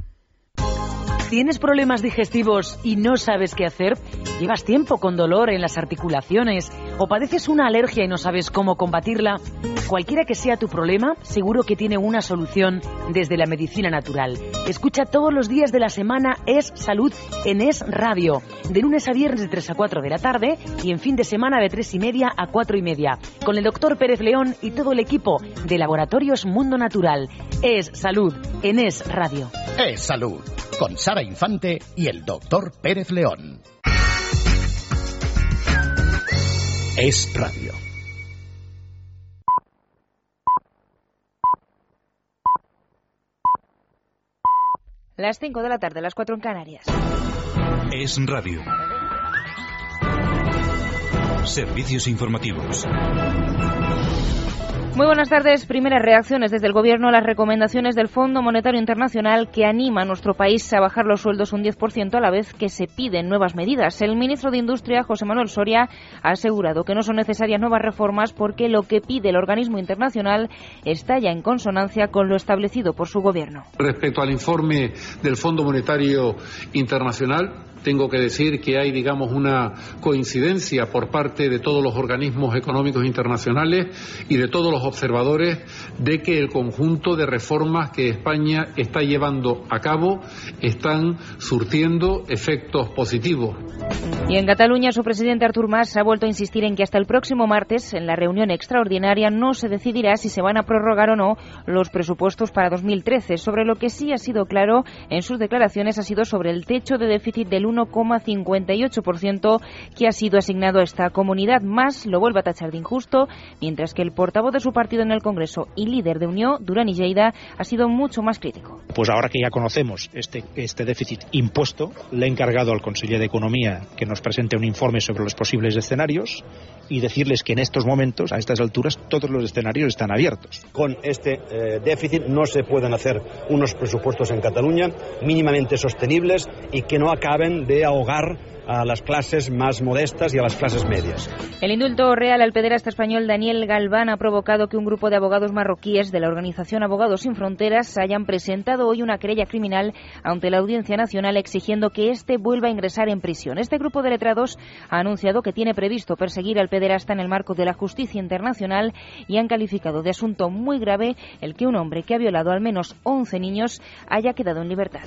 Speaker 11: ¿Tienes problemas digestivos y no sabes qué hacer? ¿Llevas tiempo con dolor en las articulaciones? ¿O padeces una alergia y no sabes cómo combatirla? Cualquiera que sea tu problema, seguro que tiene una solución desde la medicina natural. Escucha todos los días de la semana Es Salud en Es Radio, de lunes a viernes de 3 a 4 de la tarde y en fin de semana de 3 y media a 4 y media, con el doctor Pérez León y todo el equipo de Laboratorios Mundo Natural. Es Salud en Es Radio.
Speaker 12: Es Salud, con Sara Infante y el doctor Pérez León. Es Radio.
Speaker 13: Las 5 de la tarde, las 4 en Canarias.
Speaker 14: Es Radio. Servicios informativos.
Speaker 13: Muy buenas tardes. Primeras reacciones desde el Gobierno a las recomendaciones del Fondo Monetario Internacional que anima a nuestro país a bajar los sueldos un 10% a la vez que se piden nuevas medidas. El ministro de Industria, José Manuel Soria, ha asegurado que no son necesarias nuevas reformas porque lo que pide el organismo internacional está ya en consonancia con lo establecido por su Gobierno.
Speaker 15: Respecto al informe del Fondo Monetario Internacional, tengo que decir que hay, digamos, una coincidencia por parte de todos los organismos económicos internacionales y de todos los observadores de que el conjunto de reformas que España está llevando a cabo están surtiendo efectos positivos.
Speaker 13: Y en Cataluña, su presidente Artur Mas ha vuelto a insistir en que hasta el próximo martes, en la reunión extraordinaria, no se decidirá si se van a prorrogar o no los presupuestos para 2013. Sobre lo que sí ha sido claro en sus declaraciones ha sido sobre el techo de déficit del 1,58% que ha sido asignado a esta comunidad. Más lo vuelve a tachar de injusto, mientras que el portavoz de su partido en el Congreso y líder de Unión, Durán Lleida, ha sido mucho más crítico.
Speaker 16: Pues ahora que ya conocemos este, este déficit impuesto, le he encargado al consejero de Economía que nos presente un informe sobre los posibles escenarios y decirles que en estos momentos, a estas alturas, todos los escenarios están abiertos.
Speaker 17: Con este eh, déficit no se pueden hacer unos presupuestos en Cataluña mínimamente sostenibles y que no acaben de ahogar a las clases más modestas y a las clases medias.
Speaker 13: El indulto real al pederasta español Daniel Galván ha provocado que un grupo de abogados marroquíes de la organización Abogados Sin Fronteras hayan presentado hoy una querella criminal ante la Audiencia Nacional exigiendo que éste vuelva a ingresar en prisión. Este grupo de letrados ha anunciado que tiene previsto perseguir al pederasta en el marco de la justicia internacional y han calificado de asunto muy grave el que un hombre que ha violado al menos 11 niños haya quedado en libertad.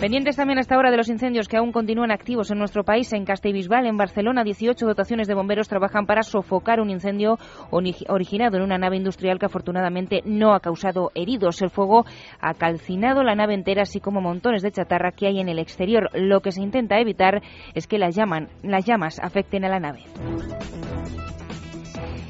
Speaker 13: Pendientes también hasta ahora de los incendios que aún continúan activos en nuestro país, en Castellbisbal, en Barcelona, 18 dotaciones de bomberos trabajan para sofocar un incendio originado en una nave industrial que afortunadamente no ha causado heridos. El fuego ha calcinado la nave entera, así como montones de chatarra que hay en el exterior. Lo que se intenta evitar es que las, llaman, las llamas afecten a la nave.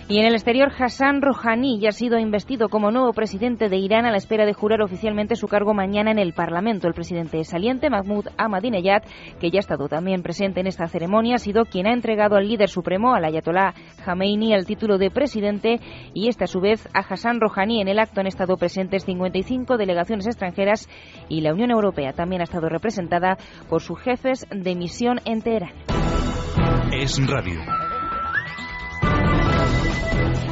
Speaker 13: Y en el exterior, Hassan Rouhani ya ha sido investido como nuevo presidente de Irán a la espera de jurar oficialmente su cargo mañana en el Parlamento. El presidente saliente, Mahmoud Ahmadinejad, que ya ha estado también presente en esta ceremonia, ha sido quien ha entregado al líder supremo, al ayatolá Jameini, el título de presidente y esta a su vez a Hassan Rouhani. En el acto han estado presentes 55 delegaciones extranjeras y la Unión Europea también ha estado representada por sus jefes de misión en Teherán.
Speaker 14: Es Radio.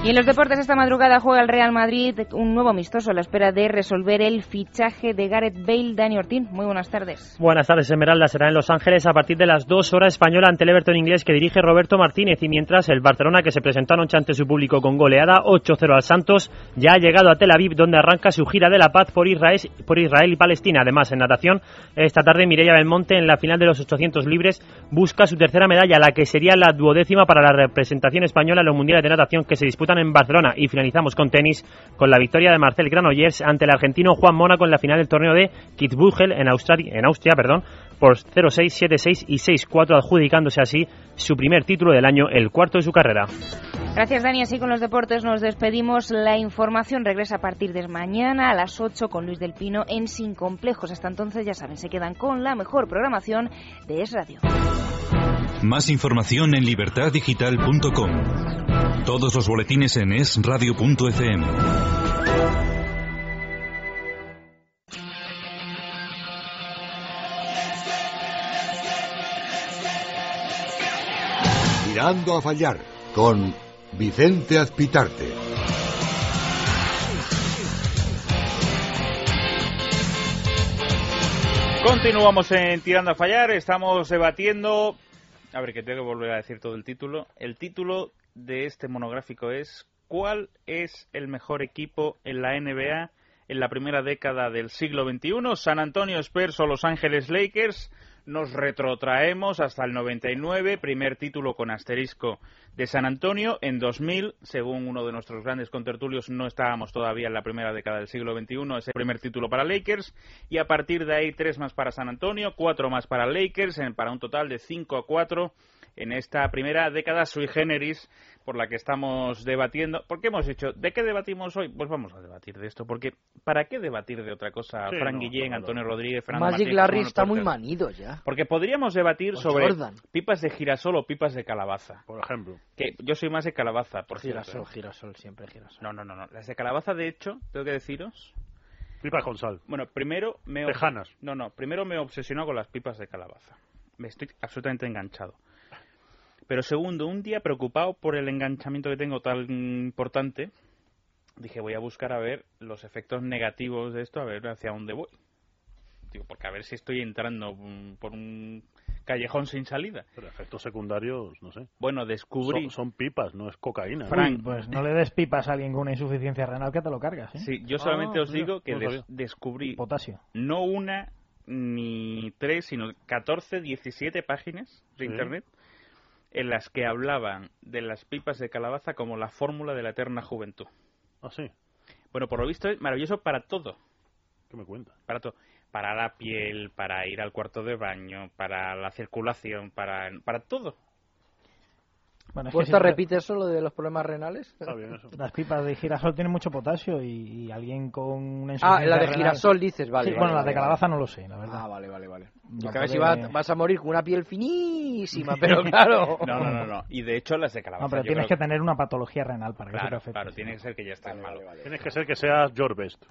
Speaker 13: Y en los deportes esta madrugada juega el Real Madrid un nuevo amistoso a la espera de resolver el fichaje de Gareth Bale. Dani Ortín, muy buenas tardes.
Speaker 18: Buenas tardes, Esmeralda. Será en Los Ángeles a partir de las 2 horas española ante el Everton inglés que dirige Roberto Martínez. Y mientras el Barcelona, que se presentó anoche ante su público con goleada 8-0 al Santos, ya ha llegado a Tel Aviv, donde arranca su gira de la paz por Israel, por Israel y Palestina. Además, en natación, esta tarde Mireia Belmonte, en la final de los 800 libres, busca su tercera medalla, la que sería la duodécima para la representación española en los mundiales de natación que se disputan en Barcelona y finalizamos con tenis con la victoria de Marcel Granollers ante el argentino Juan Mónaco en la final del torneo de Kitzbühel en, Australia, en Austria perdón, por 0-6, 7-6 y 6-4 adjudicándose así su primer título del año, el cuarto de su carrera.
Speaker 13: Gracias Dani, así con los deportes nos despedimos. La información regresa a partir de mañana a las 8 con Luis del Pino en Sin Complejos. Hasta entonces ya saben, se quedan con la mejor programación de Es Radio.
Speaker 14: Más información en libertaddigital.com. Todos los boletines en esradio.fm.
Speaker 1: Mirando a fallar con Vicente Aspitarte.
Speaker 6: Continuamos en Tirando a Fallar, estamos debatiendo... A ver, que tengo que volver a decir todo el título. El título de este monográfico es ¿Cuál es el mejor equipo en la NBA en la primera década del siglo XXI? ¿San Antonio Spurs o Los Ángeles Lakers? Nos retrotraemos hasta el 99, primer título con asterisco de San Antonio. En 2000, según uno de nuestros grandes contertulios, no estábamos todavía en la primera década del siglo XXI, ese primer título para Lakers. Y a partir de ahí, tres más para San Antonio, cuatro más para Lakers, en- para un total de 5 a 4 en esta primera década sui generis por la que estamos debatiendo. ¿Por qué hemos dicho? ¿De qué debatimos hoy? Pues vamos a debatir de esto, porque ¿para qué debatir de otra cosa?
Speaker 8: Sí,
Speaker 6: Frank
Speaker 8: no,
Speaker 6: Guillén,
Speaker 8: no, no.
Speaker 6: Antonio Rodríguez, Fernando
Speaker 8: Magic
Speaker 6: Martín,
Speaker 8: Larry
Speaker 6: Juan
Speaker 8: está muy
Speaker 6: Porter.
Speaker 8: manido ya.
Speaker 6: Porque podríamos debatir
Speaker 8: O
Speaker 6: sobre
Speaker 8: Jordan.
Speaker 6: pipas de girasol o pipas de calabaza.
Speaker 7: Por ejemplo.
Speaker 6: Que yo soy más de calabaza, por
Speaker 8: Girasol,
Speaker 6: cierto. ¿eh?
Speaker 8: girasol, siempre girasol.
Speaker 6: No, no, no, no. Las de calabaza, de hecho, tengo que deciros.
Speaker 7: Pipas con sal.
Speaker 6: Bueno, primero me.
Speaker 7: Tejanas.
Speaker 6: No, no. Primero me obsesionó con las pipas de calabaza. Me estoy absolutamente enganchado. Pero segundo, un día preocupado por el enganchamiento que tengo tan importante, dije voy a buscar a ver los efectos negativos de esto, a ver hacia dónde voy. Digo, porque a ver si estoy entrando mm, por un callejón sin salida.
Speaker 7: Pero efectos secundarios, no sé.
Speaker 6: Bueno, descubrí.
Speaker 7: Son, son pipas, no es cocaína.
Speaker 6: Frank.
Speaker 9: Pues no le des pipas a alguien con una insuficiencia renal que te lo cargas. ¿eh?
Speaker 6: Sí, yo solamente os digo que
Speaker 9: no
Speaker 6: des-
Speaker 9: sabía.
Speaker 6: descubrí
Speaker 9: Potasio.
Speaker 6: no una ni tres, sino 14, 17 páginas de
Speaker 9: Sí.
Speaker 6: internet en las que hablaban de las pipas de calabaza como la fórmula de la eterna juventud.
Speaker 7: Ah, sí.
Speaker 6: Bueno, por lo visto es maravilloso para todo.
Speaker 7: ¿Qué me cuentas?
Speaker 6: Para todo. Para la piel, para ir al cuarto de baño, para la circulación, para, para todo.
Speaker 9: Bueno, es que
Speaker 8: ¿Vos
Speaker 9: si
Speaker 8: te
Speaker 9: te-
Speaker 8: repites eso, lo de los problemas renales?
Speaker 9: Las pipas de girasol tienen mucho potasio y, y alguien con una
Speaker 8: Ah,
Speaker 9: insuficiencia
Speaker 8: la de
Speaker 9: renal-
Speaker 8: girasol dices, vale.
Speaker 9: Sí,
Speaker 8: vale,
Speaker 9: bueno, las
Speaker 8: vale,
Speaker 9: de calabaza no lo sé, la verdad.
Speaker 8: Ah, vale, vale, vale.
Speaker 9: No
Speaker 8: Porque a ver si
Speaker 9: podré-
Speaker 8: va- vas a morir con una piel finísima, pero claro.
Speaker 6: no, no, no, no. Y de hecho las de calabaza.
Speaker 9: No, pero
Speaker 6: yo
Speaker 9: tienes que
Speaker 6: creo
Speaker 9: tener una patología renal para que eso te
Speaker 6: Claro,
Speaker 9: afecte.
Speaker 6: claro, tiene que ser que ya está malo.
Speaker 7: Tienes que ser que seas your best.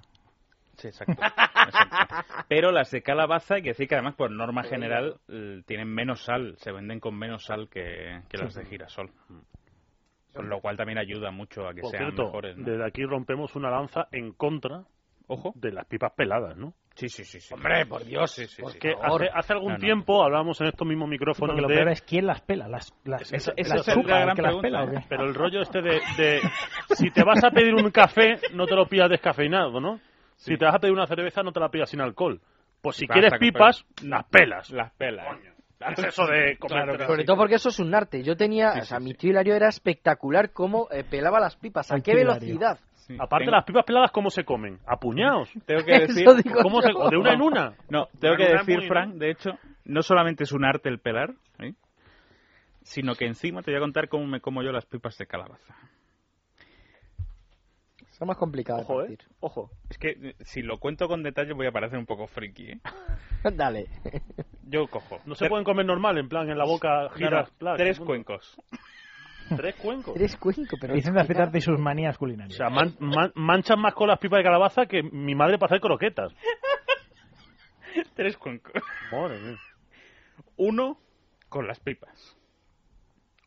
Speaker 6: Sí, exacto. exacto. Pero las de calabaza, hay que decir que además por norma general eh, tienen menos sal, se venden con menos sal que, que las de girasol. Con lo cual también ayuda mucho a que
Speaker 7: Por
Speaker 6: sean
Speaker 7: cierto,
Speaker 6: mejores. ¿no?
Speaker 7: desde aquí rompemos una lanza en contra de las pipas peladas, ¿no?
Speaker 6: Sí, sí, sí, Hombre, por Dios, sí, sí,
Speaker 7: Porque
Speaker 6: sí, por favor.
Speaker 7: hace, hace algún
Speaker 6: No, no.
Speaker 7: tiempo hablábamos en estos mismos micrófonos
Speaker 9: Porque lo
Speaker 7: de...
Speaker 9: peor es quién las pela. Las, las,
Speaker 7: Esa-
Speaker 9: las
Speaker 7: esa es la
Speaker 9: chupa, el
Speaker 7: gran
Speaker 9: que las
Speaker 7: pregunta.
Speaker 9: pela, ¿o qué?
Speaker 7: Pero el rollo este de, de si te vas a pedir un café, no te lo pidas descafeinado, ¿no? Si te vas a pedir una cerveza, no te la pidas sin alcohol. Pues si
Speaker 6: Basta
Speaker 7: quieres
Speaker 6: con
Speaker 7: pipas,
Speaker 6: pelas.
Speaker 7: las pelas.
Speaker 6: Las pelas.
Speaker 7: ¿Qué es eso de comer
Speaker 6: Claro,
Speaker 8: Sobre todo porque eso es un arte. Yo tenía, o sea, mi tío Hilario era espectacular cómo eh, pelaba las pipas. ¿A
Speaker 7: El
Speaker 8: qué
Speaker 7: tío
Speaker 8: velocidad?
Speaker 6: Sí,
Speaker 7: Aparte,
Speaker 6: tengo-
Speaker 7: las pipas peladas, ¿cómo se comen? ¿A puñados?
Speaker 6: Tengo que decir,
Speaker 7: Eso digo ¿Cómo yo. se- o de una en una?
Speaker 6: No, tengo
Speaker 7: Una
Speaker 6: que
Speaker 7: en una
Speaker 6: decir,
Speaker 7: muy, ¿no?
Speaker 6: Frank, de hecho, no solamente es un arte el pelar, ¿eh? sino que encima te voy a contar cómo me como yo las pipas de calabaza.
Speaker 8: Está más complicado. de
Speaker 6: Ojo, ¿eh?
Speaker 8: partir. Ojo.
Speaker 6: Es que eh, si lo cuento con detalle voy a parecer un poco friki, ¿eh?
Speaker 8: Dale.
Speaker 6: Yo cojo.
Speaker 7: No se pueden comer normal, en plan, en la boca giras. plac,
Speaker 6: tres
Speaker 7: punto.
Speaker 6: cuencos.
Speaker 7: ¿Tres cuencos?
Speaker 8: Eres cuenco, pero...
Speaker 9: Dicen de afeitarte y sus manías culinarias.
Speaker 7: O sea, man- man- manchan más con las pipas de calabaza que mi madre para hacer croquetas.
Speaker 6: Tres cuencos.
Speaker 7: Madre mía.
Speaker 6: Uno con las pipas.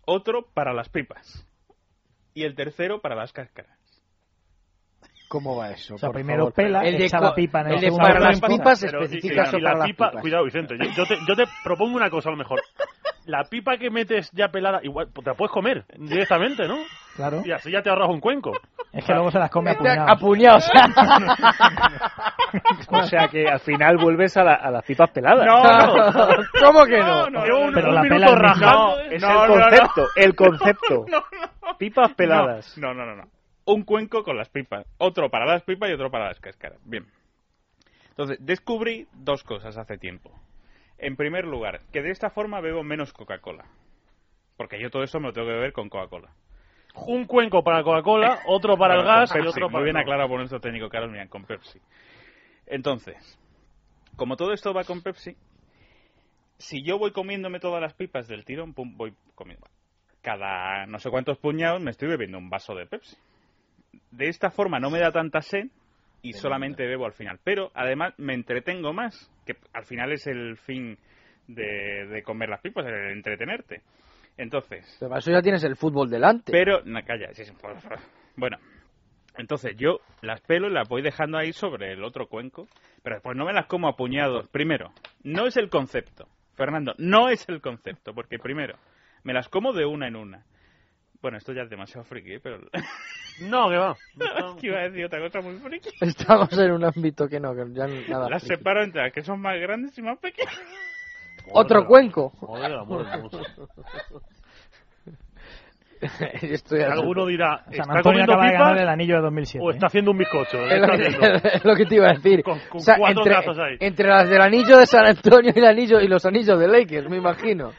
Speaker 6: Otro para las pipas. Y el tercero para las cáscaras.
Speaker 8: ¿Cómo va eso?
Speaker 9: O sea,
Speaker 8: Por
Speaker 9: primero
Speaker 8: favor.
Speaker 9: pela,
Speaker 8: El de
Speaker 9: echa
Speaker 8: co-
Speaker 9: la pipa en el,
Speaker 8: el de
Speaker 9: segundo
Speaker 8: para las
Speaker 9: cuenco.
Speaker 8: pipas
Speaker 7: Pero, y-
Speaker 8: especifica
Speaker 7: y-
Speaker 8: eso
Speaker 7: y la
Speaker 8: para las
Speaker 7: pipa-
Speaker 8: pipas.
Speaker 7: Cuidado, Vicente. Yo, yo te, yo te propongo una cosa a lo mejor. La pipa que metes ya pelada, igual te la puedes comer directamente, ¿no?
Speaker 9: Claro.
Speaker 7: Y así ya te ahorras un cuenco.
Speaker 9: Es que luego se las come a
Speaker 8: A
Speaker 9: puñados.
Speaker 8: puñados.
Speaker 10: O sea que al final vuelves a, la- a las pipas peladas.
Speaker 8: ¿Cómo que no?
Speaker 7: Llevo un,
Speaker 9: Pero
Speaker 7: un
Speaker 9: la
Speaker 7: minuto
Speaker 9: pela es
Speaker 7: rajado.
Speaker 10: Es
Speaker 6: No,
Speaker 10: el
Speaker 6: no, no.
Speaker 10: concepto, el concepto. Pipas peladas.
Speaker 6: No, no, no, no. Un cuenco con las pipas. Otro para las pipas y otro para las cáscaras. Bien. Entonces, descubrí dos cosas hace tiempo. En primer lugar, que de esta forma bebo menos Coca-Cola. Porque yo todo eso me lo tengo que beber con Coca-Cola.
Speaker 7: Un cuenco para Coca-Cola, otro para el
Speaker 6: Bueno, con
Speaker 7: gas y
Speaker 6: Pepsi.
Speaker 7: otro para
Speaker 6: Muy bien
Speaker 7: no.
Speaker 6: aclarado por nuestro técnico Carlos Miran, con Pepsi. Entonces, como todo esto va con Pepsi, si yo voy comiéndome todas las pipas del tirón, pum, voy comiendo. Cada no sé cuántos puñados me estoy bebiendo un vaso de Pepsi. De esta forma no me da tanta sed y solamente bebo al final. Pero además me entretengo más, que al final es el fin de, de comer las pipas, el entretenerte. Entonces,
Speaker 8: Pero para eso ya tienes el fútbol
Speaker 7: Este.
Speaker 8: delante.
Speaker 6: pero, no, calla, sí, sí, por favor. Bueno, entonces yo las pelo y las voy dejando ahí sobre el otro cuenco, pero después no me las como a puñados. Primero, No es el concepto, Fernando, no es el concepto, porque primero, me las como de una en una. Bueno, esto ya es demasiado friki, ¿eh? pero...
Speaker 7: No, que va.
Speaker 6: es que iba a decir otra cosa muy friki.
Speaker 8: Estamos en un ámbito que no, que ya nada.
Speaker 6: Las
Speaker 8: friki.
Speaker 6: separo entre las que son más grandes y más pequeñas.
Speaker 8: Otro cuenco.
Speaker 7: Joder, amor hermoso.
Speaker 8: Estoy a-
Speaker 7: Alguno dirá,
Speaker 9: San
Speaker 7: ¿está
Speaker 9: Antonio
Speaker 7: comiendo
Speaker 9: acaba de ganar el
Speaker 7: pipas
Speaker 9: anillo de 2007.
Speaker 7: o está haciendo un bizcocho?
Speaker 8: Es lo, que, es lo que te iba a decir.
Speaker 7: Con- con
Speaker 8: O sea,
Speaker 7: cuatro
Speaker 8: entre,
Speaker 7: tazas ahí.
Speaker 8: entre las del anillo de San Antonio y el anillo y los anillos de Lakers, me imagino.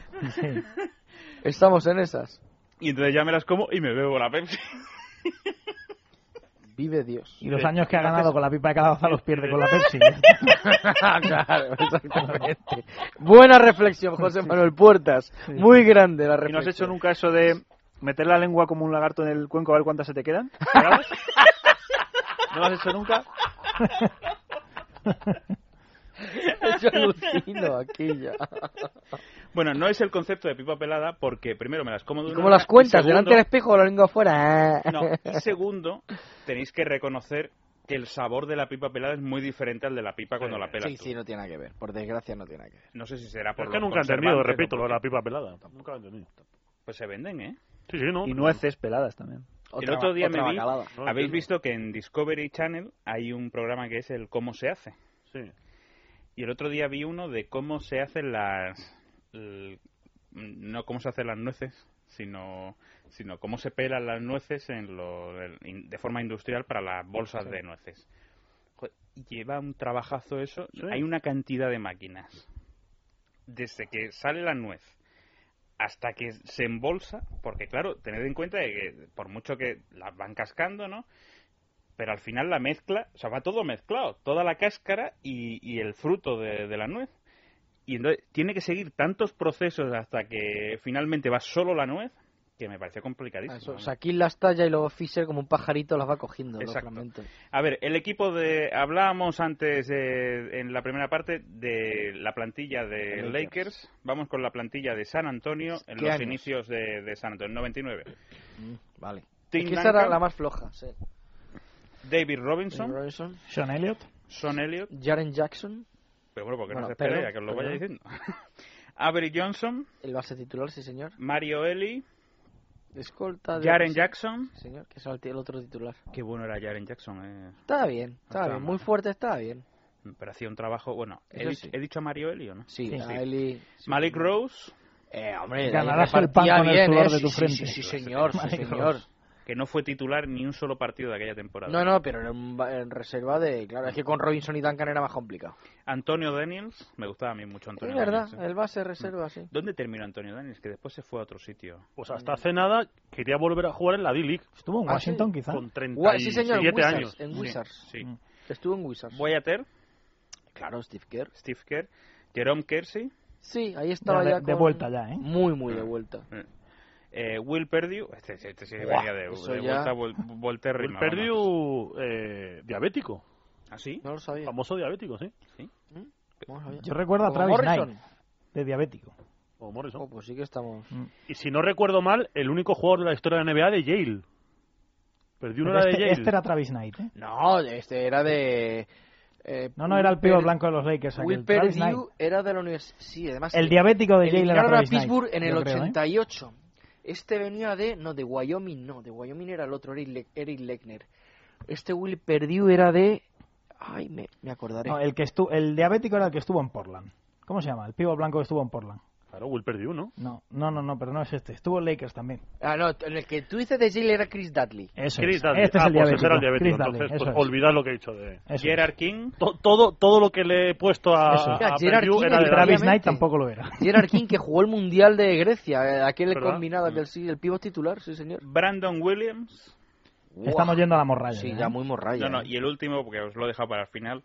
Speaker 8: Estamos en esas.
Speaker 6: Y entonces ya me las como y me bebo la Pepsi.
Speaker 8: Vive Dios.
Speaker 9: Y los años que ha ganado con la pipa de calabaza los pierde con la Pepsi. ¿eh?
Speaker 8: claro, exactamente. Buena reflexión, José Manuel Puertas. Muy grande la
Speaker 10: ¿Y no has
Speaker 8: reflexión.
Speaker 10: hecho nunca eso de meter la lengua como un lagarto en el cuenco a ver cuántas se te quedan? ¿No lo has hecho nunca?
Speaker 8: Yo alucino aquí ya.
Speaker 6: Bueno, no es el concepto de pipa pelada porque primero me las como de una
Speaker 8: ¿Cómo las
Speaker 6: y
Speaker 8: cuentas?
Speaker 6: segundo-
Speaker 8: ¿Delante del espejo o la lengua afuera? ah.
Speaker 6: No, y segundo, tenéis que reconocer que el sabor de la pipa pelada es muy diferente al de la pipa cuando la pelas
Speaker 8: Sí,
Speaker 6: tú.
Speaker 8: sí, no tiene nada que ver. Por desgracia no tiene nada que ver.
Speaker 6: No sé si será por
Speaker 7: Es que
Speaker 6: los
Speaker 7: nunca he entendido,
Speaker 6: conservantes o
Speaker 7: repito,
Speaker 6: por
Speaker 7: lo de la
Speaker 6: qué.
Speaker 7: pipa pelada. Nunca lo he entendido.
Speaker 6: Pues se venden, ¿eh?
Speaker 7: Sí, sí, no.
Speaker 10: Y nueces peladas también.
Speaker 6: el otro día me vi,
Speaker 7: No,
Speaker 6: habéis
Speaker 7: entiendo.
Speaker 6: visto que en Discovery Channel hay un programa que es el cómo se hace.
Speaker 7: Sí.
Speaker 6: Y el otro día vi uno de cómo se hacen las l- no cómo se hacen las nueces, sino sino cómo se pelan las nueces en lo, en- in- de forma industrial para las bolsas de nueces. Jo- Lleva un trabajazo eso. Hay una cantidad de máquinas. Desde que sale la nuez hasta que se embolsa, porque claro, tened en cuenta de que por mucho que las van cascando, ¿no? Pero al final la mezcla, o sea, va todo mezclado, toda la cáscara y, y el fruto de, de la nuez. Y entonces tiene que seguir tantos procesos hasta que finalmente va solo la nuez, que me pareció complicadísimo.
Speaker 8: Ah, Eso, o
Speaker 6: ¿no?
Speaker 8: sea, aquí las talla y luego Fisher como un pajarito las va cogiendo.
Speaker 6: Exacto.
Speaker 8: lógicamente.
Speaker 6: A ver, el equipo de. Hablábamos antes eh, en la primera parte de la plantilla de
Speaker 8: Lakers.
Speaker 6: Lakers. Vamos con la plantilla de San Antonio en
Speaker 8: ¿Qué
Speaker 6: los
Speaker 8: años?
Speaker 6: inicios de, de San Antonio, en 99.
Speaker 9: Mm,
Speaker 8: Vale.
Speaker 6: Tim
Speaker 8: Es que esa era
Speaker 6: Duncan.
Speaker 8: la más floja. Sí.
Speaker 6: David Robinson,
Speaker 8: Robinson.
Speaker 9: Sean Elliott.
Speaker 6: Son Elliott,
Speaker 8: Jaren Jackson.
Speaker 6: pero bueno, porque
Speaker 8: Bueno, ¿eh?
Speaker 6: no se espera
Speaker 8: perdón,
Speaker 6: ya que os lo
Speaker 8: perdón.
Speaker 6: vaya diciendo. Avery Johnson,
Speaker 8: El base titular, sí, señor.
Speaker 6: Mario Eli,
Speaker 8: Escolta. de-
Speaker 6: Jaren Jackson.
Speaker 8: Sí, Señor, que es el, el otro titular.
Speaker 6: Qué bueno era Jaren Jackson, eh.
Speaker 8: Estaba
Speaker 9: Ah,
Speaker 8: bien, estaba
Speaker 6: Estaba
Speaker 8: bien.
Speaker 6: mal.
Speaker 8: Muy fuerte, estaba bien.
Speaker 6: pero hacía un trabajo. Bueno, he,
Speaker 8: Eso
Speaker 6: dicho-
Speaker 8: sí.
Speaker 6: he dicho a Mario Eli, ¿o ¿no?
Speaker 8: Sí,
Speaker 6: Sí.
Speaker 8: a Eli.
Speaker 6: Malik Rose,
Speaker 8: Eh, hombre,
Speaker 9: Ganarás
Speaker 8: ahí
Speaker 9: el pan
Speaker 8: repartía
Speaker 9: con el
Speaker 8: bien,
Speaker 9: sudor
Speaker 8: ¿eh?
Speaker 9: de tu
Speaker 8: Sí, Sí,
Speaker 9: frente.
Speaker 8: sí, señor, sí,
Speaker 9: Malik
Speaker 8: señor.
Speaker 9: Rose.
Speaker 6: que no fue titular ni un solo partido de aquella temporada.
Speaker 8: No, no, pero en, un ba- en reserva de. Claro, es que con Robinson y Duncan era más complicado.
Speaker 6: Antonio Daniels, me gustaba a mí mucho Antonio
Speaker 8: Es verdad,
Speaker 6: Daniels. ¿eh?
Speaker 8: el base reserva, sí.
Speaker 6: ¿Dónde terminó Antonio Daniels? Que después se fue a otro sitio.
Speaker 7: Pues hasta hace nada quería volver a jugar en la D-League
Speaker 9: Estuvo en
Speaker 8: Ah,
Speaker 9: Washington,
Speaker 8: sí.
Speaker 9: quizá.
Speaker 7: con
Speaker 8: Gua- Sí, señor, en
Speaker 7: 37
Speaker 8: Wizards.
Speaker 7: años.
Speaker 8: En Wizards. Mm.
Speaker 6: Sí.
Speaker 8: Que Estuvo en Wizards.
Speaker 6: Boyater,
Speaker 8: Claro, Steve Kerr.
Speaker 6: Steve Kerr, Jerome Kersey,
Speaker 8: Sí, ahí
Speaker 9: Ya
Speaker 8: estaba ya.
Speaker 9: de, de
Speaker 8: con-
Speaker 9: vuelta ya, ¿eh?
Speaker 8: Muy, muy de vuelta.
Speaker 6: eh, Will Perdue. Este, este, este sí
Speaker 8: Buah,
Speaker 6: venía de, de
Speaker 8: eso
Speaker 6: vuelta
Speaker 8: ya-
Speaker 6: vol- volterrima, vamos.
Speaker 7: Perdió eh, diabético,
Speaker 6: Pues ¿Ah, sí?
Speaker 8: No lo sabía.
Speaker 7: famoso diabético, sí.
Speaker 8: no lo sabía.
Speaker 9: Yo recuerdo a
Speaker 8: Como
Speaker 9: Travis
Speaker 8: Morrison.
Speaker 9: Knight, Mm. de diabético.
Speaker 7: O Morrison.
Speaker 8: Oh, pues sí que estamos.
Speaker 7: Y si no recuerdo mal, el único jugador de la historia de la NBA de Yale. Perdió
Speaker 9: Pero
Speaker 7: una de
Speaker 9: este,
Speaker 7: Yale.
Speaker 9: este era Travis Knight, ¿eh?
Speaker 8: No, este era de. eh,
Speaker 9: No, no, era el pívot
Speaker 8: Will
Speaker 9: blanco de los Lakers.
Speaker 8: Per- Will
Speaker 9: aquel, Travis Knight.
Speaker 8: Perdue era de la universidad. Sí, además.
Speaker 9: El diabético de Yale era
Speaker 8: Eliminaron a
Speaker 9: Travis Knight,
Speaker 8: Pittsburgh en el
Speaker 9: yo creo, ¿eh?
Speaker 8: 88. Este venía de. No, de Wyoming, no. De Wyoming era el otro, Eric, Le- Eric Lechner. Este Will Perdue era de. Ay, me, me acordaré.
Speaker 9: No, eh. el, que estu el diabético era el que estuvo en Portland. ¿Cómo se llama? El pívot blanco que estuvo en Portland.
Speaker 7: Claro, Will Perdió, ¿no?
Speaker 9: No, no, no, no, pero no es este. Estuvo en Lakers también.
Speaker 8: Ah, no, en el que tú dices de Yale era Chris Dudley.
Speaker 9: Eso
Speaker 7: Chris
Speaker 9: es.
Speaker 7: Dudley.
Speaker 9: Este es
Speaker 7: Ah,
Speaker 9: el
Speaker 7: pues
Speaker 9: diabético.
Speaker 7: ese era el diabético.
Speaker 9: Chris Dudley,
Speaker 7: Entonces,
Speaker 9: eso
Speaker 7: pues,
Speaker 9: es.
Speaker 7: olvidad lo que he dicho de...
Speaker 9: Eso es.
Speaker 6: Gerard King,
Speaker 7: To- Todo, todo lo que le he puesto a,
Speaker 9: Eso.
Speaker 7: a
Speaker 8: Mira, Gerard
Speaker 7: Perdió
Speaker 8: King
Speaker 7: era
Speaker 8: y
Speaker 7: de la-
Speaker 9: Travis
Speaker 8: obviamente.
Speaker 9: Knight tampoco lo era.
Speaker 8: Gerard King, que jugó el Mundial de Grecia. eh, Aquel
Speaker 7: ¿Verdad? Mm.
Speaker 8: combinado, aquel sí, el pívot titular, sí, señor.
Speaker 6: Brandon Williams.
Speaker 9: Estamos yendo a la morralla.
Speaker 8: Sí,
Speaker 9: ¿eh?
Speaker 8: ya muy morralla.
Speaker 6: No, no,
Speaker 8: eh.
Speaker 6: y el último, porque os lo he dejado para el final,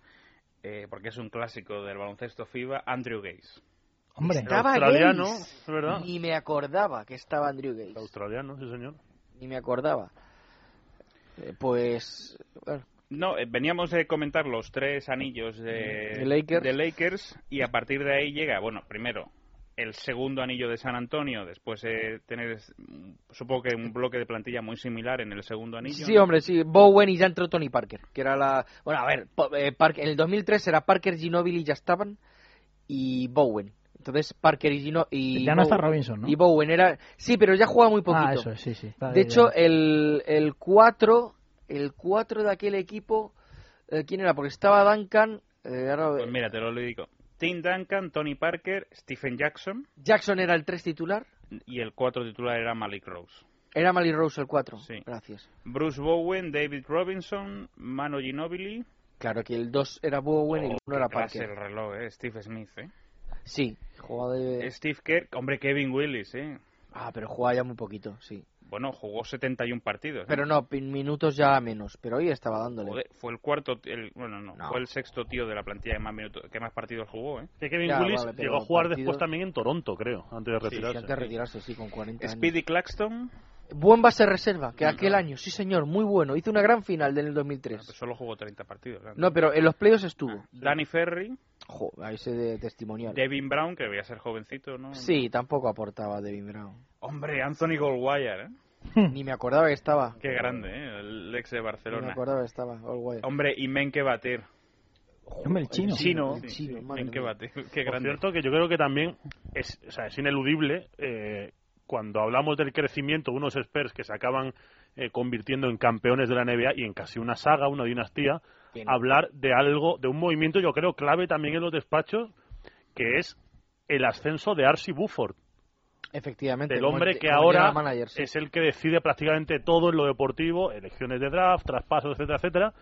Speaker 6: eh, porque es un clásico del baloncesto FIBA, Andrew Gaze.
Speaker 9: Hombre,
Speaker 7: El
Speaker 8: Estaba
Speaker 7: australiano,
Speaker 8: Gaze.
Speaker 7: es verdad.
Speaker 8: Ni me acordaba que estaba Andrew
Speaker 7: El
Speaker 8: Gates.
Speaker 7: australiano, sí señor.
Speaker 8: Ni me acordaba. Eh, pues. bueno,
Speaker 6: No, eh, veníamos de comentar los tres anillos de,
Speaker 8: De Lakers.
Speaker 6: de Lakers, y a partir de ahí llega, bueno, primero el segundo anillo de San Antonio, después eh, tener, es, mm, supongo que un bloque de plantilla muy similar en el segundo anillo.
Speaker 8: sí,
Speaker 6: ¿no?
Speaker 8: hombre, sí. Bowen y ya entró Tony Parker. Que era la. Bueno, a ver, po- eh, Park- en el 2003 era Parker, Ginobili y ya estaban. y Bowen. Entonces Parker y Gino y
Speaker 9: Ya no está
Speaker 8: Bowen-
Speaker 9: Robinson, ¿no?
Speaker 8: Y Bowen era sí, pero ya jugaba muy poquito.
Speaker 9: Ah, eso es, sí, sí. Está
Speaker 8: De
Speaker 9: ya-
Speaker 8: hecho, el, el 4, el 4 de aquel equipo, eh, ¿quién era? Porque estaba Duncan, eh, ahora-
Speaker 6: Pues mira, te lo digo. Tim Duncan, Tony Parker, Stephen Jackson
Speaker 8: Jackson era el 3 titular,
Speaker 6: y el cuatro titular era Malik Rose.
Speaker 8: era Mali Rose el 4. Gracias.
Speaker 6: Bruce Bowen, David Robinson, Mano Ginobili.
Speaker 8: Claro que el 2 era Bowen y el
Speaker 6: Oh,
Speaker 8: 1 era
Speaker 6: qué clase
Speaker 8: Parker.
Speaker 6: el reloj, eh, Steve Smith, ¿eh?
Speaker 8: Sí, jugaba de...
Speaker 6: Steve Kerr, hombre, Kevin Willis, ¿eh?
Speaker 8: Ah, pero jugaba ya muy poquito, sí.
Speaker 6: Bueno, jugó 71 partidos. ¿eh?
Speaker 8: Pero no, pin- minutos ya menos, pero hoy estaba dándole.
Speaker 6: Joder, fue el cuarto, el, bueno, no, fue el sexto tío de la plantilla que más, minutos, que más partidos jugó, ¿eh?
Speaker 7: Que Kevin Willis llegó a jugar después también en Toronto, creo, antes de
Speaker 6: Sí, sí,
Speaker 7: retirarse.
Speaker 6: antes de
Speaker 8: retirarse, sí, con 40 años.
Speaker 6: Speedy Claxton
Speaker 8: Buen base reserva, que aquel año, sí señor, muy bueno. Hizo una gran final del 2003.
Speaker 6: solo jugó 30 partidos. claro.
Speaker 8: pues No, pero en los playoffs estuvo.
Speaker 6: Danny Ferry,
Speaker 8: Jo, ahí se de testimonial.
Speaker 6: Devin Brown, que debía ser jovencito, ¿no?
Speaker 8: Sí, tampoco aportaba Devin Brown.
Speaker 6: Hombre, Anthony Goldwire, ¿eh?
Speaker 8: Ni me acordaba que estaba.
Speaker 6: Qué grande, ¿eh? El ex de
Speaker 8: Ni me
Speaker 6: Barcelona.
Speaker 8: acordaba que estaba. All white.
Speaker 6: Hombre, y men que batir.
Speaker 9: Hombre, el chino.
Speaker 6: Sí, sí,
Speaker 8: chino, madre
Speaker 6: men que
Speaker 8: mía.
Speaker 6: batir. Qué
Speaker 7: Por
Speaker 6: grande.
Speaker 7: cierto, que yo creo que también es, o sea, es ineludible eh, cuando hablamos del crecimiento de unos Spurs que se acaban eh, convirtiendo en campeones de la NBA y en casi una saga, una dinastía,
Speaker 8: Bien.
Speaker 7: hablar de algo, de un movimiento, yo creo, clave también en los despachos, que es el ascenso de Archie Buford,
Speaker 8: Efectivamente.
Speaker 7: del
Speaker 8: como
Speaker 7: hombre
Speaker 8: el-
Speaker 7: que
Speaker 8: como
Speaker 7: ahora
Speaker 8: general manager, sí.
Speaker 7: es el que decide prácticamente todo en lo deportivo, elecciones de draft, traspasos, etcétera, etcétera,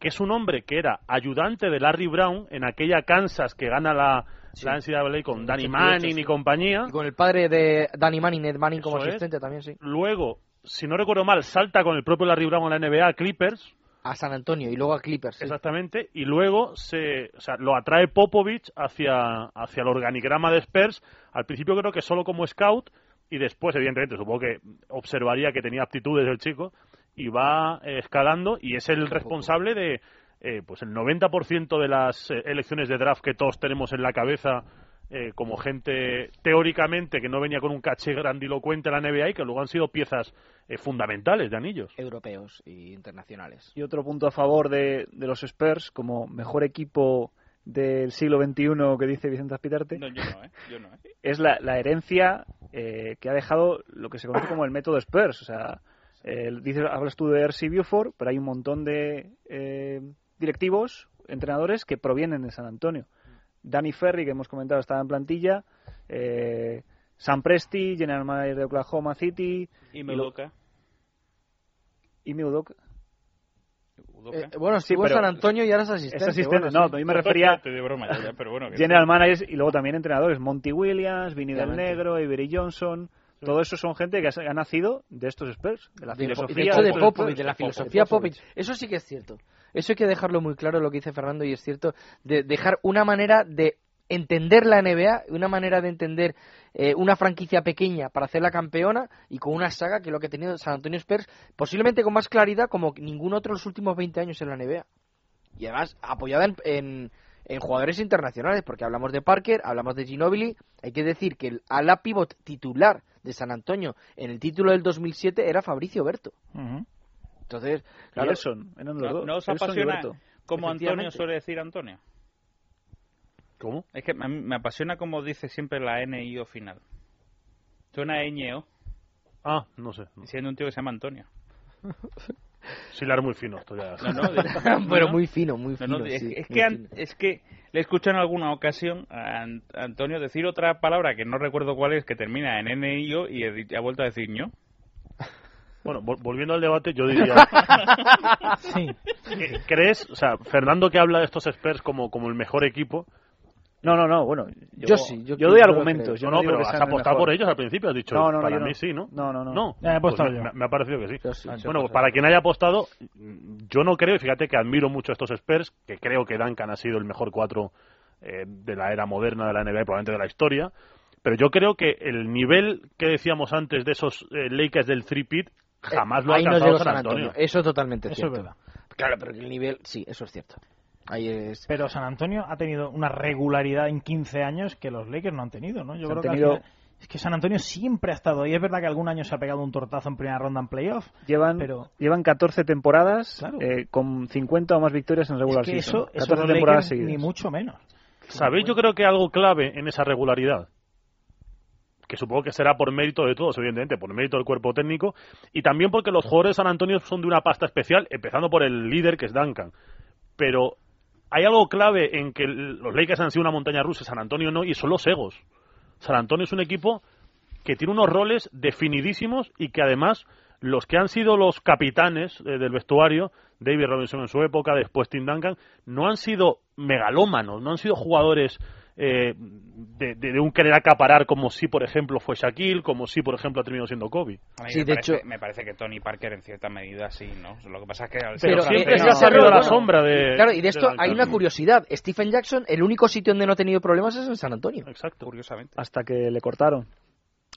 Speaker 7: que es un hombre que era ayudante de Larry Brown en aquella Kansas que gana la, la NCAA con Danny
Speaker 8: 88,
Speaker 7: Manning
Speaker 8: sí.
Speaker 7: y compañía.
Speaker 8: Con el padre de Danny Manning, Ed Manning como
Speaker 7: Eso es.
Speaker 8: asistente también, sí.
Speaker 7: Luego, si no recuerdo mal, salta con el propio Larry Brown a la NBA, a Clippers,
Speaker 8: A San Antonio y luego a Clippers. sí.
Speaker 7: exactamente, y luego se, o sea, lo atrae Popovich hacia, hacia el organigrama de Spurs. Al principio creo que solo como scout, y después, evidentemente, supongo que observaría que tenía aptitudes el chico, y va eh, escalando, y es el responsable de eh, pues el 90% de las eh, elecciones de draft que todos tenemos en la cabeza. eh, como gente teóricamente que no venía con un caché grandilocuente a la NBA y que luego han sido piezas eh, fundamentales de anillos.
Speaker 8: Europeos y internacionales.
Speaker 10: Y otro punto a favor de, de los Spurs como mejor equipo del siglo XXI que dice Vicente Aspitarte
Speaker 6: No, yo no, ¿eh? Yo no, ¿eh?
Speaker 10: es la, la herencia eh, que ha dejado lo que se conoce como el método Spurs. O sea, eh, dices- hablas tú de Ersi Buford, pero hay un montón de eh, directivos, entrenadores que provienen de San Antonio. Danny Ferry, que hemos comentado, estaba en plantilla. eh, Sam Presti, General Manager de Oklahoma City.
Speaker 6: Y
Speaker 10: lo-
Speaker 6: Medoka.
Speaker 10: Y Emi Udoka.
Speaker 8: Eh, bueno,
Speaker 10: Sí,
Speaker 8: estuvo en
Speaker 10: pero
Speaker 8: San Antonio y ahora es
Speaker 10: es
Speaker 8: asistente.
Speaker 10: asistente,
Speaker 8: bueno,
Speaker 10: no,
Speaker 8: sí.
Speaker 10: a mí me refería
Speaker 6: Estoy de broma ya, ya, pero bueno. que-
Speaker 10: General managers y luego también entrenadores, Monty Williams, Vinny del
Speaker 6: Obviamente.
Speaker 10: Negro, Ibery Johnson, todo eso son gente que ha ha nacido de estos Spurs, de la
Speaker 8: De po-
Speaker 10: filosofía
Speaker 8: de hecho, de
Speaker 10: Spurs.
Speaker 8: Popovich, de la filosofía Popovich. Eso sí que es cierto. Eso hay que dejarlo muy claro, lo que dice Fernando, y es cierto, de dejar una manera de entender la NBA, una manera de entender eh, una franquicia pequeña para hacerla campeona y con una saga que es lo que ha tenido San Antonio Spurs, posiblemente con más claridad como ningún otro en los últimos 20 años en la NBA. Y además apoyada en, en- en jugadores internacionales, porque hablamos de Parker, hablamos de Ginobili, hay que decir que el ala pivot titular de San Antonio en el título del 2007 era Fabricio Berto. Entonces, claro,
Speaker 10: Elson, eran los
Speaker 6: ¿No,
Speaker 10: dos.
Speaker 6: no os
Speaker 10: Elson y
Speaker 6: apasiona,
Speaker 10: Berto.
Speaker 6: como Antonio
Speaker 10: Efectivamente.
Speaker 6: suele decir Antonio?
Speaker 7: ¿Cómo?
Speaker 6: Es que a mí me apasiona como dice siempre la NIO final. Suena ñeo,
Speaker 7: Ah, no sé. no.
Speaker 6: siendo un tío que se llama Antonio.
Speaker 7: Sí, la era muy fino esto ya.
Speaker 6: No, no, de-
Speaker 8: pero
Speaker 6: no, no.
Speaker 8: muy fino, muy
Speaker 6: No,
Speaker 8: fino.
Speaker 6: no, es,
Speaker 8: sí,
Speaker 6: es
Speaker 8: muy
Speaker 6: que an-
Speaker 8: fino.
Speaker 6: es que le escucho en alguna ocasión a An- Antonio decir otra palabra que no recuerdo cuál es, que termina en NIO y he- ha vuelto a decir ño.
Speaker 7: Bueno, vol- volviendo al debate, yo diría. ¿Qué- ¿Crees, o sea, Fernando que habla de estos Spurs como, como el mejor equipo?
Speaker 10: No, no, no, bueno. Yo,
Speaker 7: Yo sí,
Speaker 10: yo,
Speaker 7: yo-
Speaker 10: doy
Speaker 7: yo lo
Speaker 10: argumentos.
Speaker 7: creo. No,
Speaker 10: Yo no,
Speaker 7: no,
Speaker 10: digo
Speaker 7: pero
Speaker 10: que
Speaker 7: has
Speaker 10: sean el
Speaker 7: apostado
Speaker 10: mejor.
Speaker 7: por ellos al principio, has dicho,
Speaker 10: No, no, no,
Speaker 7: para
Speaker 10: yo
Speaker 7: mí
Speaker 10: no.
Speaker 7: sí, ¿no?
Speaker 10: No, no, no.
Speaker 7: No,
Speaker 10: Ya, he
Speaker 7: pues
Speaker 10: apostado
Speaker 7: me-
Speaker 10: yo.
Speaker 7: me, me ha parecido que sí.
Speaker 10: sí,
Speaker 7: Ah,
Speaker 10: yo he
Speaker 7: bueno,
Speaker 10: apostado.
Speaker 7: para quien haya apostado, mm, yo no creo, y fíjate que admiro mucho a estos Spurs, que creo que Duncan ha sido el mejor cuatro eh, de la era moderna de la NBA, probablemente de la historia, pero yo creo que el nivel que decíamos antes de esos eh, Lakers del 3-pit
Speaker 10: Eh,
Speaker 7: jamás lo ha
Speaker 8: Ahí nos
Speaker 7: alcanzado
Speaker 8: llegó San Antonio. Eso totalmente
Speaker 9: Eso es
Speaker 8: cierto.
Speaker 9: verdad.
Speaker 8: Claro, pero que el nivel, sí, eso es cierto. Ahí es.
Speaker 9: Pero San Antonio ha tenido una regularidad en 15 años que los Lakers no han tenido, ¿no? Yo
Speaker 10: Se han
Speaker 9: creo que al
Speaker 10: tenido-
Speaker 9: final- es que San Antonio siempre ha estado ahí. Es verdad que algún año se ha pegado un tortazo en primera ronda en playoff.
Speaker 10: Llevan,
Speaker 9: Pero-
Speaker 10: llevan 14 temporadas
Speaker 9: Claro.
Speaker 10: eh, con 50 o más victorias en regular
Speaker 9: que
Speaker 10: season.
Speaker 9: eso, eso
Speaker 10: 14
Speaker 9: los
Speaker 10: temporadas
Speaker 9: Lakers ni
Speaker 10: seguidas.
Speaker 9: mucho menos.
Speaker 7: ¿Sabéis? Yo creo que algo clave en esa regularidad, que supongo que será por mérito de todos, evidentemente, por mérito del cuerpo técnico, y también porque los jugadores de San Antonio son de una pasta especial, empezando por el líder que es Duncan. Pero hay algo clave en que el- los Lakers han sido una montaña rusa, San Antonio no, y son los egos. San Antonio es un equipo que tiene unos roles definidísimos y que además los que han sido los capitanes eh, del vestuario, David Robinson en su época, después Tim Duncan, no han sido megalómanos, no han sido jugadores eh, de, de- de un querer acaparar como si, por ejemplo, fue Shaquille, como si, por ejemplo, ha terminado siendo Kobe.
Speaker 6: A mí me, parece, me parece que Tony Parker en cierta medida sí, ¿no? Lo que pasa es que...
Speaker 7: Pero siempre
Speaker 8: eh,
Speaker 7: se ha
Speaker 8: no,
Speaker 7: sabido
Speaker 8: no,
Speaker 7: la
Speaker 8: no.
Speaker 7: sombra de-
Speaker 8: Claro, y de
Speaker 7: de
Speaker 8: esto
Speaker 7: Duncan.
Speaker 8: hay una curiosidad. Stephen Jackson, el único sitio donde no ha tenido problemas es en San Antonio.
Speaker 7: Exacto.
Speaker 6: Curiosamente.
Speaker 10: Hasta que le cortaron.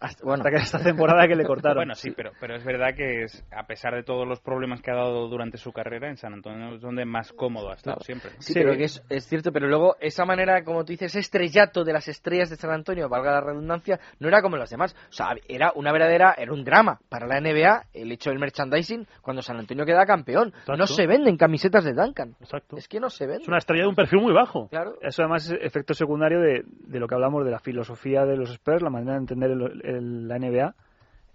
Speaker 8: Hasta, bueno.
Speaker 10: Hasta que esta temporada que le cortaron.
Speaker 6: Bueno, sí, pero, pero es verdad que es, a pesar de todos los problemas que ha dado durante su carrera, en San Antonio es donde más cómodo ha estado siempre.
Speaker 8: Sí, pero que es, es cierto, pero luego esa manera, como tú dices, estrellato de las estrellas de San Antonio, valga la redundancia, no era como las demás. O sea, era una verdadera, era un drama para la NBA el hecho del merchandising cuando San Antonio queda campeón. No se venden camisetas de Duncan.
Speaker 7: Exacto.
Speaker 8: Es que no se venden.
Speaker 7: Es una estrella de un perfil muy bajo.
Speaker 8: Claro.
Speaker 10: Eso además es efecto secundario de, de lo que hablamos de la filosofía de los Spurs, la manera de entender el- el- la NBA.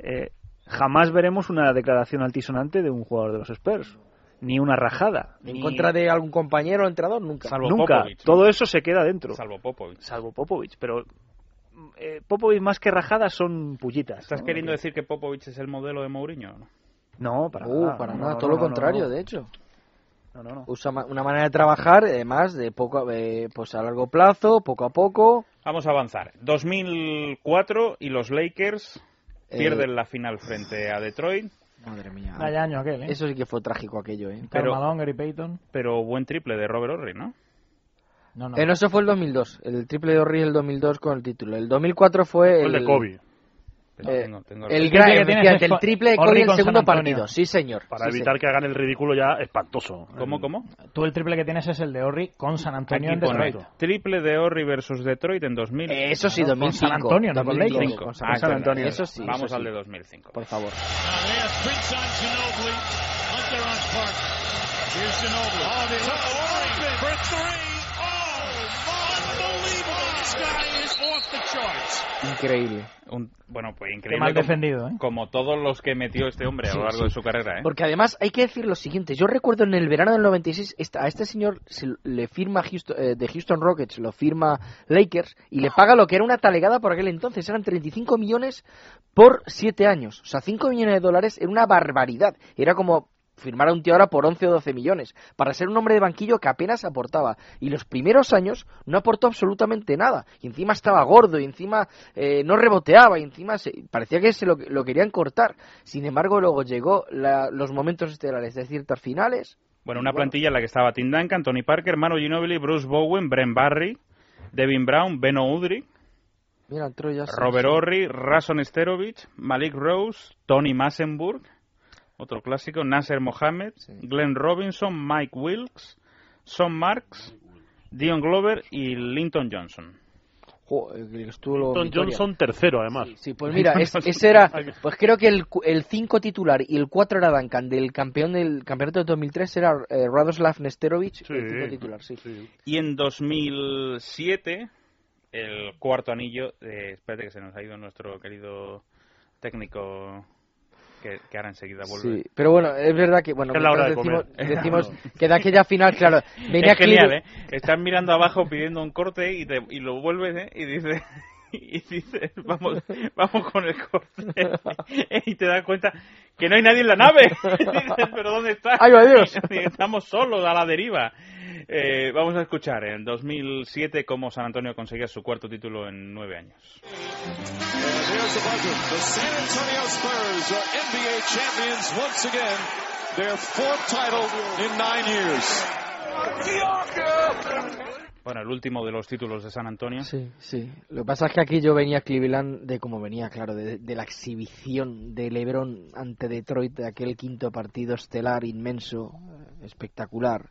Speaker 10: Eh, jamás veremos una declaración altisonante de un jugador de los Spurs, ni una rajada.
Speaker 8: En
Speaker 10: ni-
Speaker 8: contra de algún compañero o entrenador, nunca.
Speaker 10: Nunca. Todo eso se queda dentro.
Speaker 6: Salvo Popovich.
Speaker 10: Salvo Popovich, pero eh, Popovich más que rajadas son pullitas.
Speaker 6: ¿Estás
Speaker 10: ¿no?
Speaker 6: queriendo decir que Popovich es el modelo de Mourinho? o no?
Speaker 10: No, para
Speaker 8: Uh,
Speaker 10: nada.
Speaker 8: para
Speaker 10: No,
Speaker 8: nada,
Speaker 10: no,
Speaker 8: todo
Speaker 10: no,
Speaker 8: lo
Speaker 10: no,
Speaker 8: contrario,
Speaker 10: no.
Speaker 8: de hecho.
Speaker 10: No, no, no.
Speaker 8: Usa ma- una manera de trabajar, además, de poco, eh, pues a largo plazo, poco a poco.
Speaker 6: Vamos a avanzar. 2004 y los Lakers
Speaker 8: Eh,
Speaker 6: pierden la final frente a Detroit,
Speaker 8: Madre mía.
Speaker 9: Vaya año aquel, ¿eh?
Speaker 8: Eso sí que fue trágico aquello, ¿eh?
Speaker 9: Karl
Speaker 6: pero-
Speaker 9: Malone, Gary Payton.
Speaker 6: pero buen triple de Robert Horry, ¿no?
Speaker 9: No, no.
Speaker 8: Eh, no, eso fue el 2002. El triple de Orri el 2002 con el título. El 2004 fue el,
Speaker 7: El de Kobe.
Speaker 8: eh,
Speaker 6: Tengo- tengo-
Speaker 8: el, gran-
Speaker 9: El triple que tienes
Speaker 8: efectivamente,
Speaker 9: es
Speaker 8: el
Speaker 9: con-
Speaker 8: triple de
Speaker 9: Orri
Speaker 8: Kobe en el
Speaker 9: con San
Speaker 8: segundo
Speaker 9: Antonio.
Speaker 8: partido. Sí, señor.
Speaker 7: Para
Speaker 8: Sí,
Speaker 7: evitar que hagan el ridículo ya espantoso.
Speaker 6: ¿Cómo, cómo?
Speaker 9: Tú el triple que tienes es el de Orri con San Antonio
Speaker 6: Aquí
Speaker 9: en
Speaker 6: pone,
Speaker 9: Detroit.
Speaker 6: triple de Horry versus Detroit en 2000.
Speaker 8: Eh, eso sí,
Speaker 9: Claro, con
Speaker 8: 2005.
Speaker 9: San Antonio, no con
Speaker 8: 2005.
Speaker 6: Lakers.
Speaker 8: San
Speaker 6: Ah, es verdad,
Speaker 8: Antonio.
Speaker 6: es
Speaker 8: Eso
Speaker 6: verdad.
Speaker 8: sí.
Speaker 6: Vamos
Speaker 8: eso
Speaker 6: al
Speaker 8: sí. Pues,
Speaker 6: de 2005.
Speaker 8: Por favor.
Speaker 5: There's Prince on Ginobili. Hunter on Parker. Here's Ginobili. Oh, they look open for three. Oh, unbelievable. This guy is off the charts.
Speaker 8: Increíble.
Speaker 6: Un- bueno, pues
Speaker 9: Qué
Speaker 6: increíble.
Speaker 9: mal
Speaker 6: como-
Speaker 9: defendido, ¿eh?
Speaker 6: Como todos los que metió este hombre a lo
Speaker 8: Sí,
Speaker 6: largo
Speaker 8: sí.
Speaker 6: de su carrera, ¿eh?
Speaker 8: Porque además hay que decir lo siguiente. Yo recuerdo en el verano del 96 esta- a este señor se l- le firma Houston- eh, de Houston Rockets, lo firma Lakers y le paga lo que era una talegada por aquel entonces. Eran 35 millones por 7 años. O sea, 5 millones de dólares era una barbaridad. Era como firmar a un tío ahora por 11 o 12 millones. Para ser un hombre de banquillo que apenas aportaba. Y los primeros años no aportó absolutamente nada. Y encima estaba gordo y encima eh, no reboteaba y encima se- parecía que se lo, lo querían cortar. Sin embargo, luego llegó la- los momentos estelares de ciertas finales.
Speaker 6: Bueno, una
Speaker 8: Bueno.
Speaker 6: plantilla en la que estaba Tim Duncan, Tony Parker, Manu Ginobili, Bruce Bowen, Brent Barry, Devin Brown, Beno Udrich,
Speaker 8: Mira, entró ya.
Speaker 6: Robert Horry, Rason Sterovich, Malik Rose, Tony Massenburg, otro clásico, Nasser Mohamed, Glenn Robinson, Mike Wilkes, Son Marks, Dion Glover y Linton Johnson.
Speaker 8: Jo, eh, estuvo luego
Speaker 7: Tom
Speaker 8: Vitoria.
Speaker 7: Johnson tercero, además.
Speaker 8: Sí, pues mira, es- ese era, pues creo que el 5 titular y el 4 era Duncan, del campeón del campeonato de 2003 era eh, Radoslav Nesterovic, el cinco titular, sí.
Speaker 6: Y en 2007, el cuarto anillo. eh, espérate que se nos ha ido nuestro querido técnico. Que, que ahora enseguida vuelve.
Speaker 8: Sí, pero bueno, es verdad que bueno,
Speaker 7: Es la hora de
Speaker 8: decimos,
Speaker 7: comer.
Speaker 8: decimos que de aquella final, claro, venía
Speaker 6: es genial, ¿eh?
Speaker 8: Cleveland-
Speaker 6: Estás mirando abajo pidiendo un corte y, te- y lo vuelves, ¿eh? Y dices. Y dices, vamos, vamos con el corte. y te das cuenta que no hay nadie en la nave. Dices, pero ¿dónde está?
Speaker 8: Ay, adiós.
Speaker 6: Y Estamos solos a la deriva. Eh, vamos a escuchar en 2007 cómo San Antonio conseguía su cuarto título en nueve años.
Speaker 5: And here's the buzzer. The San Antonio Spurs are NBA champions once again. Their fourth title in nine years.
Speaker 6: Bueno, el último de los títulos de San Antonio.
Speaker 8: Sí, sí. Lo que pasa es que aquí yo venía a Cleveland de como venía, claro, de, de la exhibición de LeBron ante Detroit, de aquel quinto partido estelar inmenso, eh, espectacular.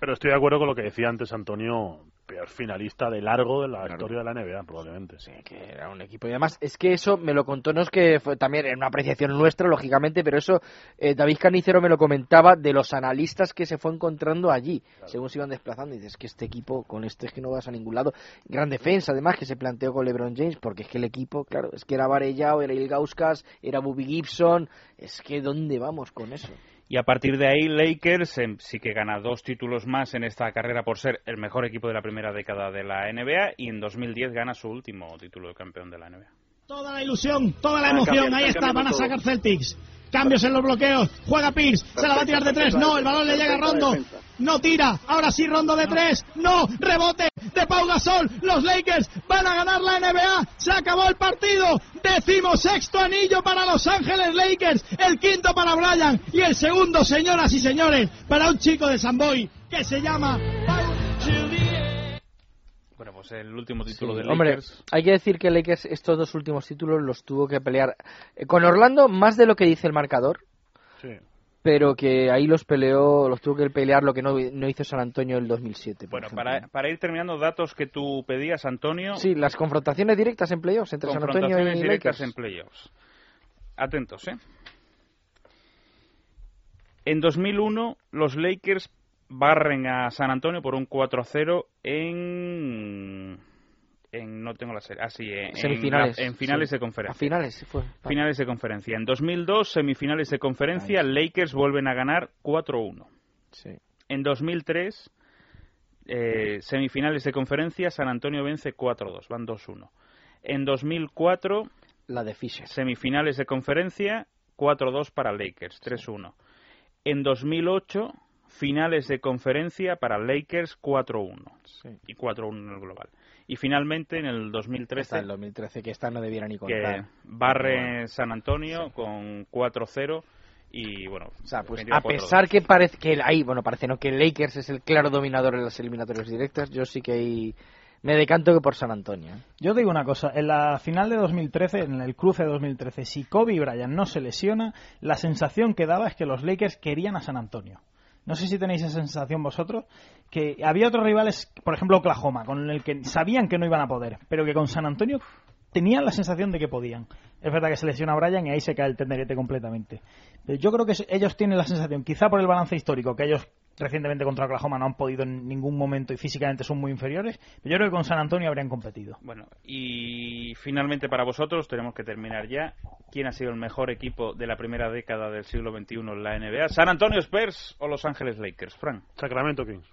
Speaker 7: Pero estoy de acuerdo con lo que decía antes Antonio. peor finalista de largo de la historia de la NBA, probablemente.
Speaker 8: Sí, que era un equipo. Y además, es que eso me lo contó, no es que fue también en una apreciación nuestra, lógicamente, pero eso eh, David Carnicero me lo comentaba de los analistas que se fue encontrando allí, según se iban desplazando. Y dices que este equipo, con este es que no vas a ningún lado. Gran defensa, además, que se planteó con LeBron James, porque es que el equipo, claro, es que era Varellao, era Ilgauskas, era Bobby Gibson. Es que, ¿dónde vamos con eso?
Speaker 6: Y a partir de ahí, Lakers em, sí que gana dos títulos más en esta carrera por ser el mejor equipo de la primera década de la NBA y en 2010 gana su último título de campeón de la NBA.
Speaker 19: Toda la ilusión, toda la
Speaker 6: Ah,
Speaker 19: emoción,
Speaker 6: cambian,
Speaker 19: ahí está,
Speaker 6: cambian
Speaker 19: van a
Speaker 6: todo.
Speaker 19: sacar Celtics. Cambios en los bloqueos, juega Pierce, se la va a tirar de tres, no, el balón le llega a Rondo, no tira, ahora sí Rondo de tres, no, rebote de Pau Gasol, los Lakers van a ganar la NBA, se acabó el partido, decimo sexto anillo para Los Ángeles Lakers, el quinto para Bryan y el segundo, señoras y señores, para un chico de San Boy que se llama
Speaker 6: Bueno, pues el último título de
Speaker 8: Hombre,
Speaker 6: Lakers.
Speaker 8: hay que decir que Lakers estos dos últimos títulos los tuvo que pelear eh, con Orlando más de lo que dice el marcador, pero que ahí los peleó, los tuvo que pelear lo que no, no hizo San Antonio el 2007. Bueno,
Speaker 6: Para, para ir terminando, datos que tú pedías, Antonio.
Speaker 8: Sí, las confrontaciones directas en playoffs entre San Antonio
Speaker 6: confrontaciones
Speaker 8: y
Speaker 6: directas
Speaker 8: Lakers.
Speaker 6: en playoffs. Atentos, ¿eh? En 2001, los Lakers barren a San Antonio por un 4-0 en... en... No tengo la serie. Ah, sí, en,
Speaker 8: Semifinales.
Speaker 6: En, finales
Speaker 8: sí.
Speaker 6: de conferencia.
Speaker 8: A finales, fue.
Speaker 6: Finales de conferencia. En 2002, semifinales de conferencia, Lakers vuelven a ganar 4-1. En 2003, eh, semifinales de conferencia, San Antonio vence 4-2, van 2-1. En 2004,
Speaker 8: la de Fisher.
Speaker 6: Semifinales de conferencia, 4-2 para Lakers, 3-1. En 2008, finales de conferencia para Lakers, 4-1. Y 4-1 en el global. Y finalmente, en el 2013,
Speaker 8: Hasta el 2013, que esta no debiera ni
Speaker 6: que
Speaker 8: contar.
Speaker 6: barre San Antonio con 4-0 y bueno,
Speaker 8: pues, A pesar que parece que ahí, bueno, parece no que Lakers es el claro dominador en las eliminatorias directas, yo sí que ahí me decanto que por San Antonio. ¿eh?
Speaker 9: Yo digo una cosa, en la final de 2013, en el cruce de 2013, si Kobe Bryant no se lesiona, la sensación que daba es que los Lakers querían a San Antonio. No sé si tenéis esa sensación vosotros, que había otros rivales, por ejemplo Oklahoma, con el que sabían que no iban a poder, pero que con San Antonio tenían la sensación de que podían. Es verdad que se lesiona Bryan y ahí se cae el tenderete completamente. Pero yo creo que ellos tienen la sensación, quizá por el balance histórico, que ellos recientemente contra Oklahoma no han podido en ningún momento y físicamente son muy inferiores, pero yo creo que con San Antonio habrían competido.
Speaker 6: Bueno, y finalmente para vosotros, tenemos que terminar ya. ¿Quién ha sido el mejor equipo de la primera década del siglo XXI en la NBA? ¿San Antonio Spurs o Los Ángeles Lakers? Frank.
Speaker 7: Sacramento Kings.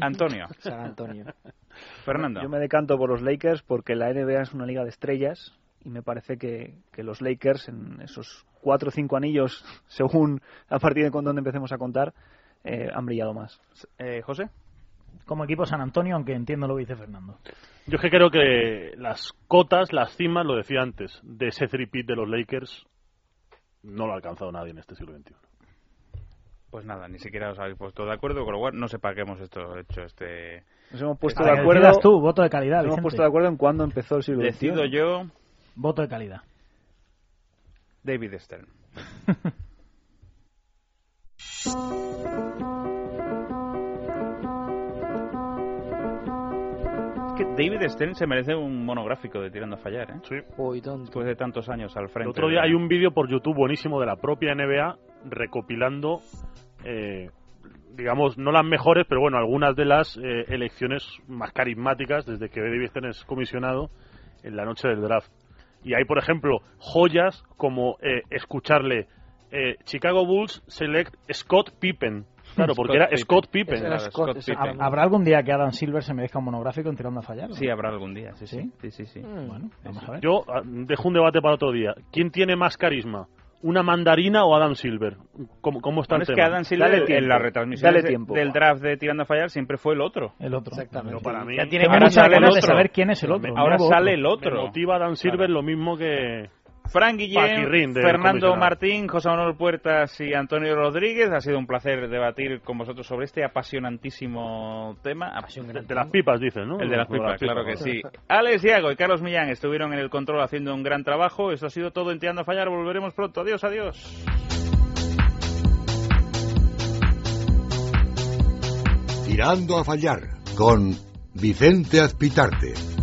Speaker 6: Antonio.
Speaker 8: San Antonio.
Speaker 6: Fernando.
Speaker 10: Yo me decanto por los Lakers porque la NBA es una liga de estrellas y me parece que, que los Lakers en esos cuatro o cinco anillos, según a partir de con donde empecemos a contar, eh, han brillado más.
Speaker 7: eh,
Speaker 6: José.
Speaker 9: Como equipo San Antonio, aunque entiendo lo que dice Fernando.
Speaker 7: Yo es que creo que las cotas, las cimas, lo decía antes, de ese tripit de los Lakers no lo ha alcanzado nadie en este siglo XXI.
Speaker 6: Pues nada, ni siquiera os habéis puesto de acuerdo, con lo cual no sé para qué hemos esto, hecho este...
Speaker 10: Nos hemos puesto
Speaker 6: este-
Speaker 10: de acuerdo.
Speaker 9: tú, voto de calidad,
Speaker 10: Nos hemos
Speaker 9: Vicente.
Speaker 10: puesto de acuerdo en cuándo empezó el siglo XXI.
Speaker 6: Decido yo,
Speaker 9: Voto de calidad.
Speaker 6: David Stern. Es que David Stern se merece un monográfico de Tirando a Fallar, ¿eh?
Speaker 7: Sí.
Speaker 6: Después de tantos años al
Speaker 7: El
Speaker 6: frente.
Speaker 7: otro día hay un vídeo por YouTube buenísimo de la propia NBA recopilando, eh, digamos, no las mejores, pero bueno, algunas de las eh, elecciones más carismáticas desde que David Stern es comisionado en la noche del draft. Y hay, por ejemplo, joyas como eh, escucharle eh, Chicago Bulls select Scott Pippen. Claro, porque era Scott Pippen.
Speaker 9: Era Scott Pippen. ¿Habrá algún día que Adam Silver se merezca un monográfico en Tirando a Fallar?
Speaker 6: Sí, habrá algún día, sí, sí. sí, sí, sí.
Speaker 9: Bueno, vamos a ver.
Speaker 7: Yo ah, dejo un debate para otro día. ¿Quién tiene más carisma? ¿Una mandarina o Adam Silver? ¿Cómo, cómo está
Speaker 6: Bueno,
Speaker 7: el
Speaker 6: es
Speaker 7: tema?
Speaker 6: que Adam Silver en la retransmisión
Speaker 7: Dale
Speaker 6: de-
Speaker 7: tiempo.
Speaker 6: del draft de Tirando a Fallar siempre fue el otro.
Speaker 9: El otro.
Speaker 7: Exactamente. Pero para mí-
Speaker 6: Ya tiene
Speaker 7: Tengo
Speaker 6: ahora
Speaker 7: muchas
Speaker 6: sale el
Speaker 7: ganas de
Speaker 6: otro.
Speaker 7: saber quién es el otro,
Speaker 6: Ahora
Speaker 7: nuevo
Speaker 6: sale
Speaker 7: otro.
Speaker 6: el otro.
Speaker 7: Me motiva Adam Silver lo mismo que...
Speaker 6: Frank Guillén,
Speaker 7: Paquirrín del
Speaker 6: Fernando
Speaker 7: comisionado.
Speaker 6: Martín, José Manuel Puertas y Antonio Rodríguez. Ha sido un placer debatir con vosotros sobre este apasionantísimo tema.
Speaker 7: El de las pipas, dices, ¿no?
Speaker 6: El de las
Speaker 7: Lo
Speaker 6: pipas, claro que sí. Alex Diago y Carlos Millán estuvieron en el control haciendo un gran trabajo. Esto ha sido todo en Tirando a Fallar. Volveremos pronto. Adiós, adiós.
Speaker 1: Tirando a fallar con Vicente Azpitarte.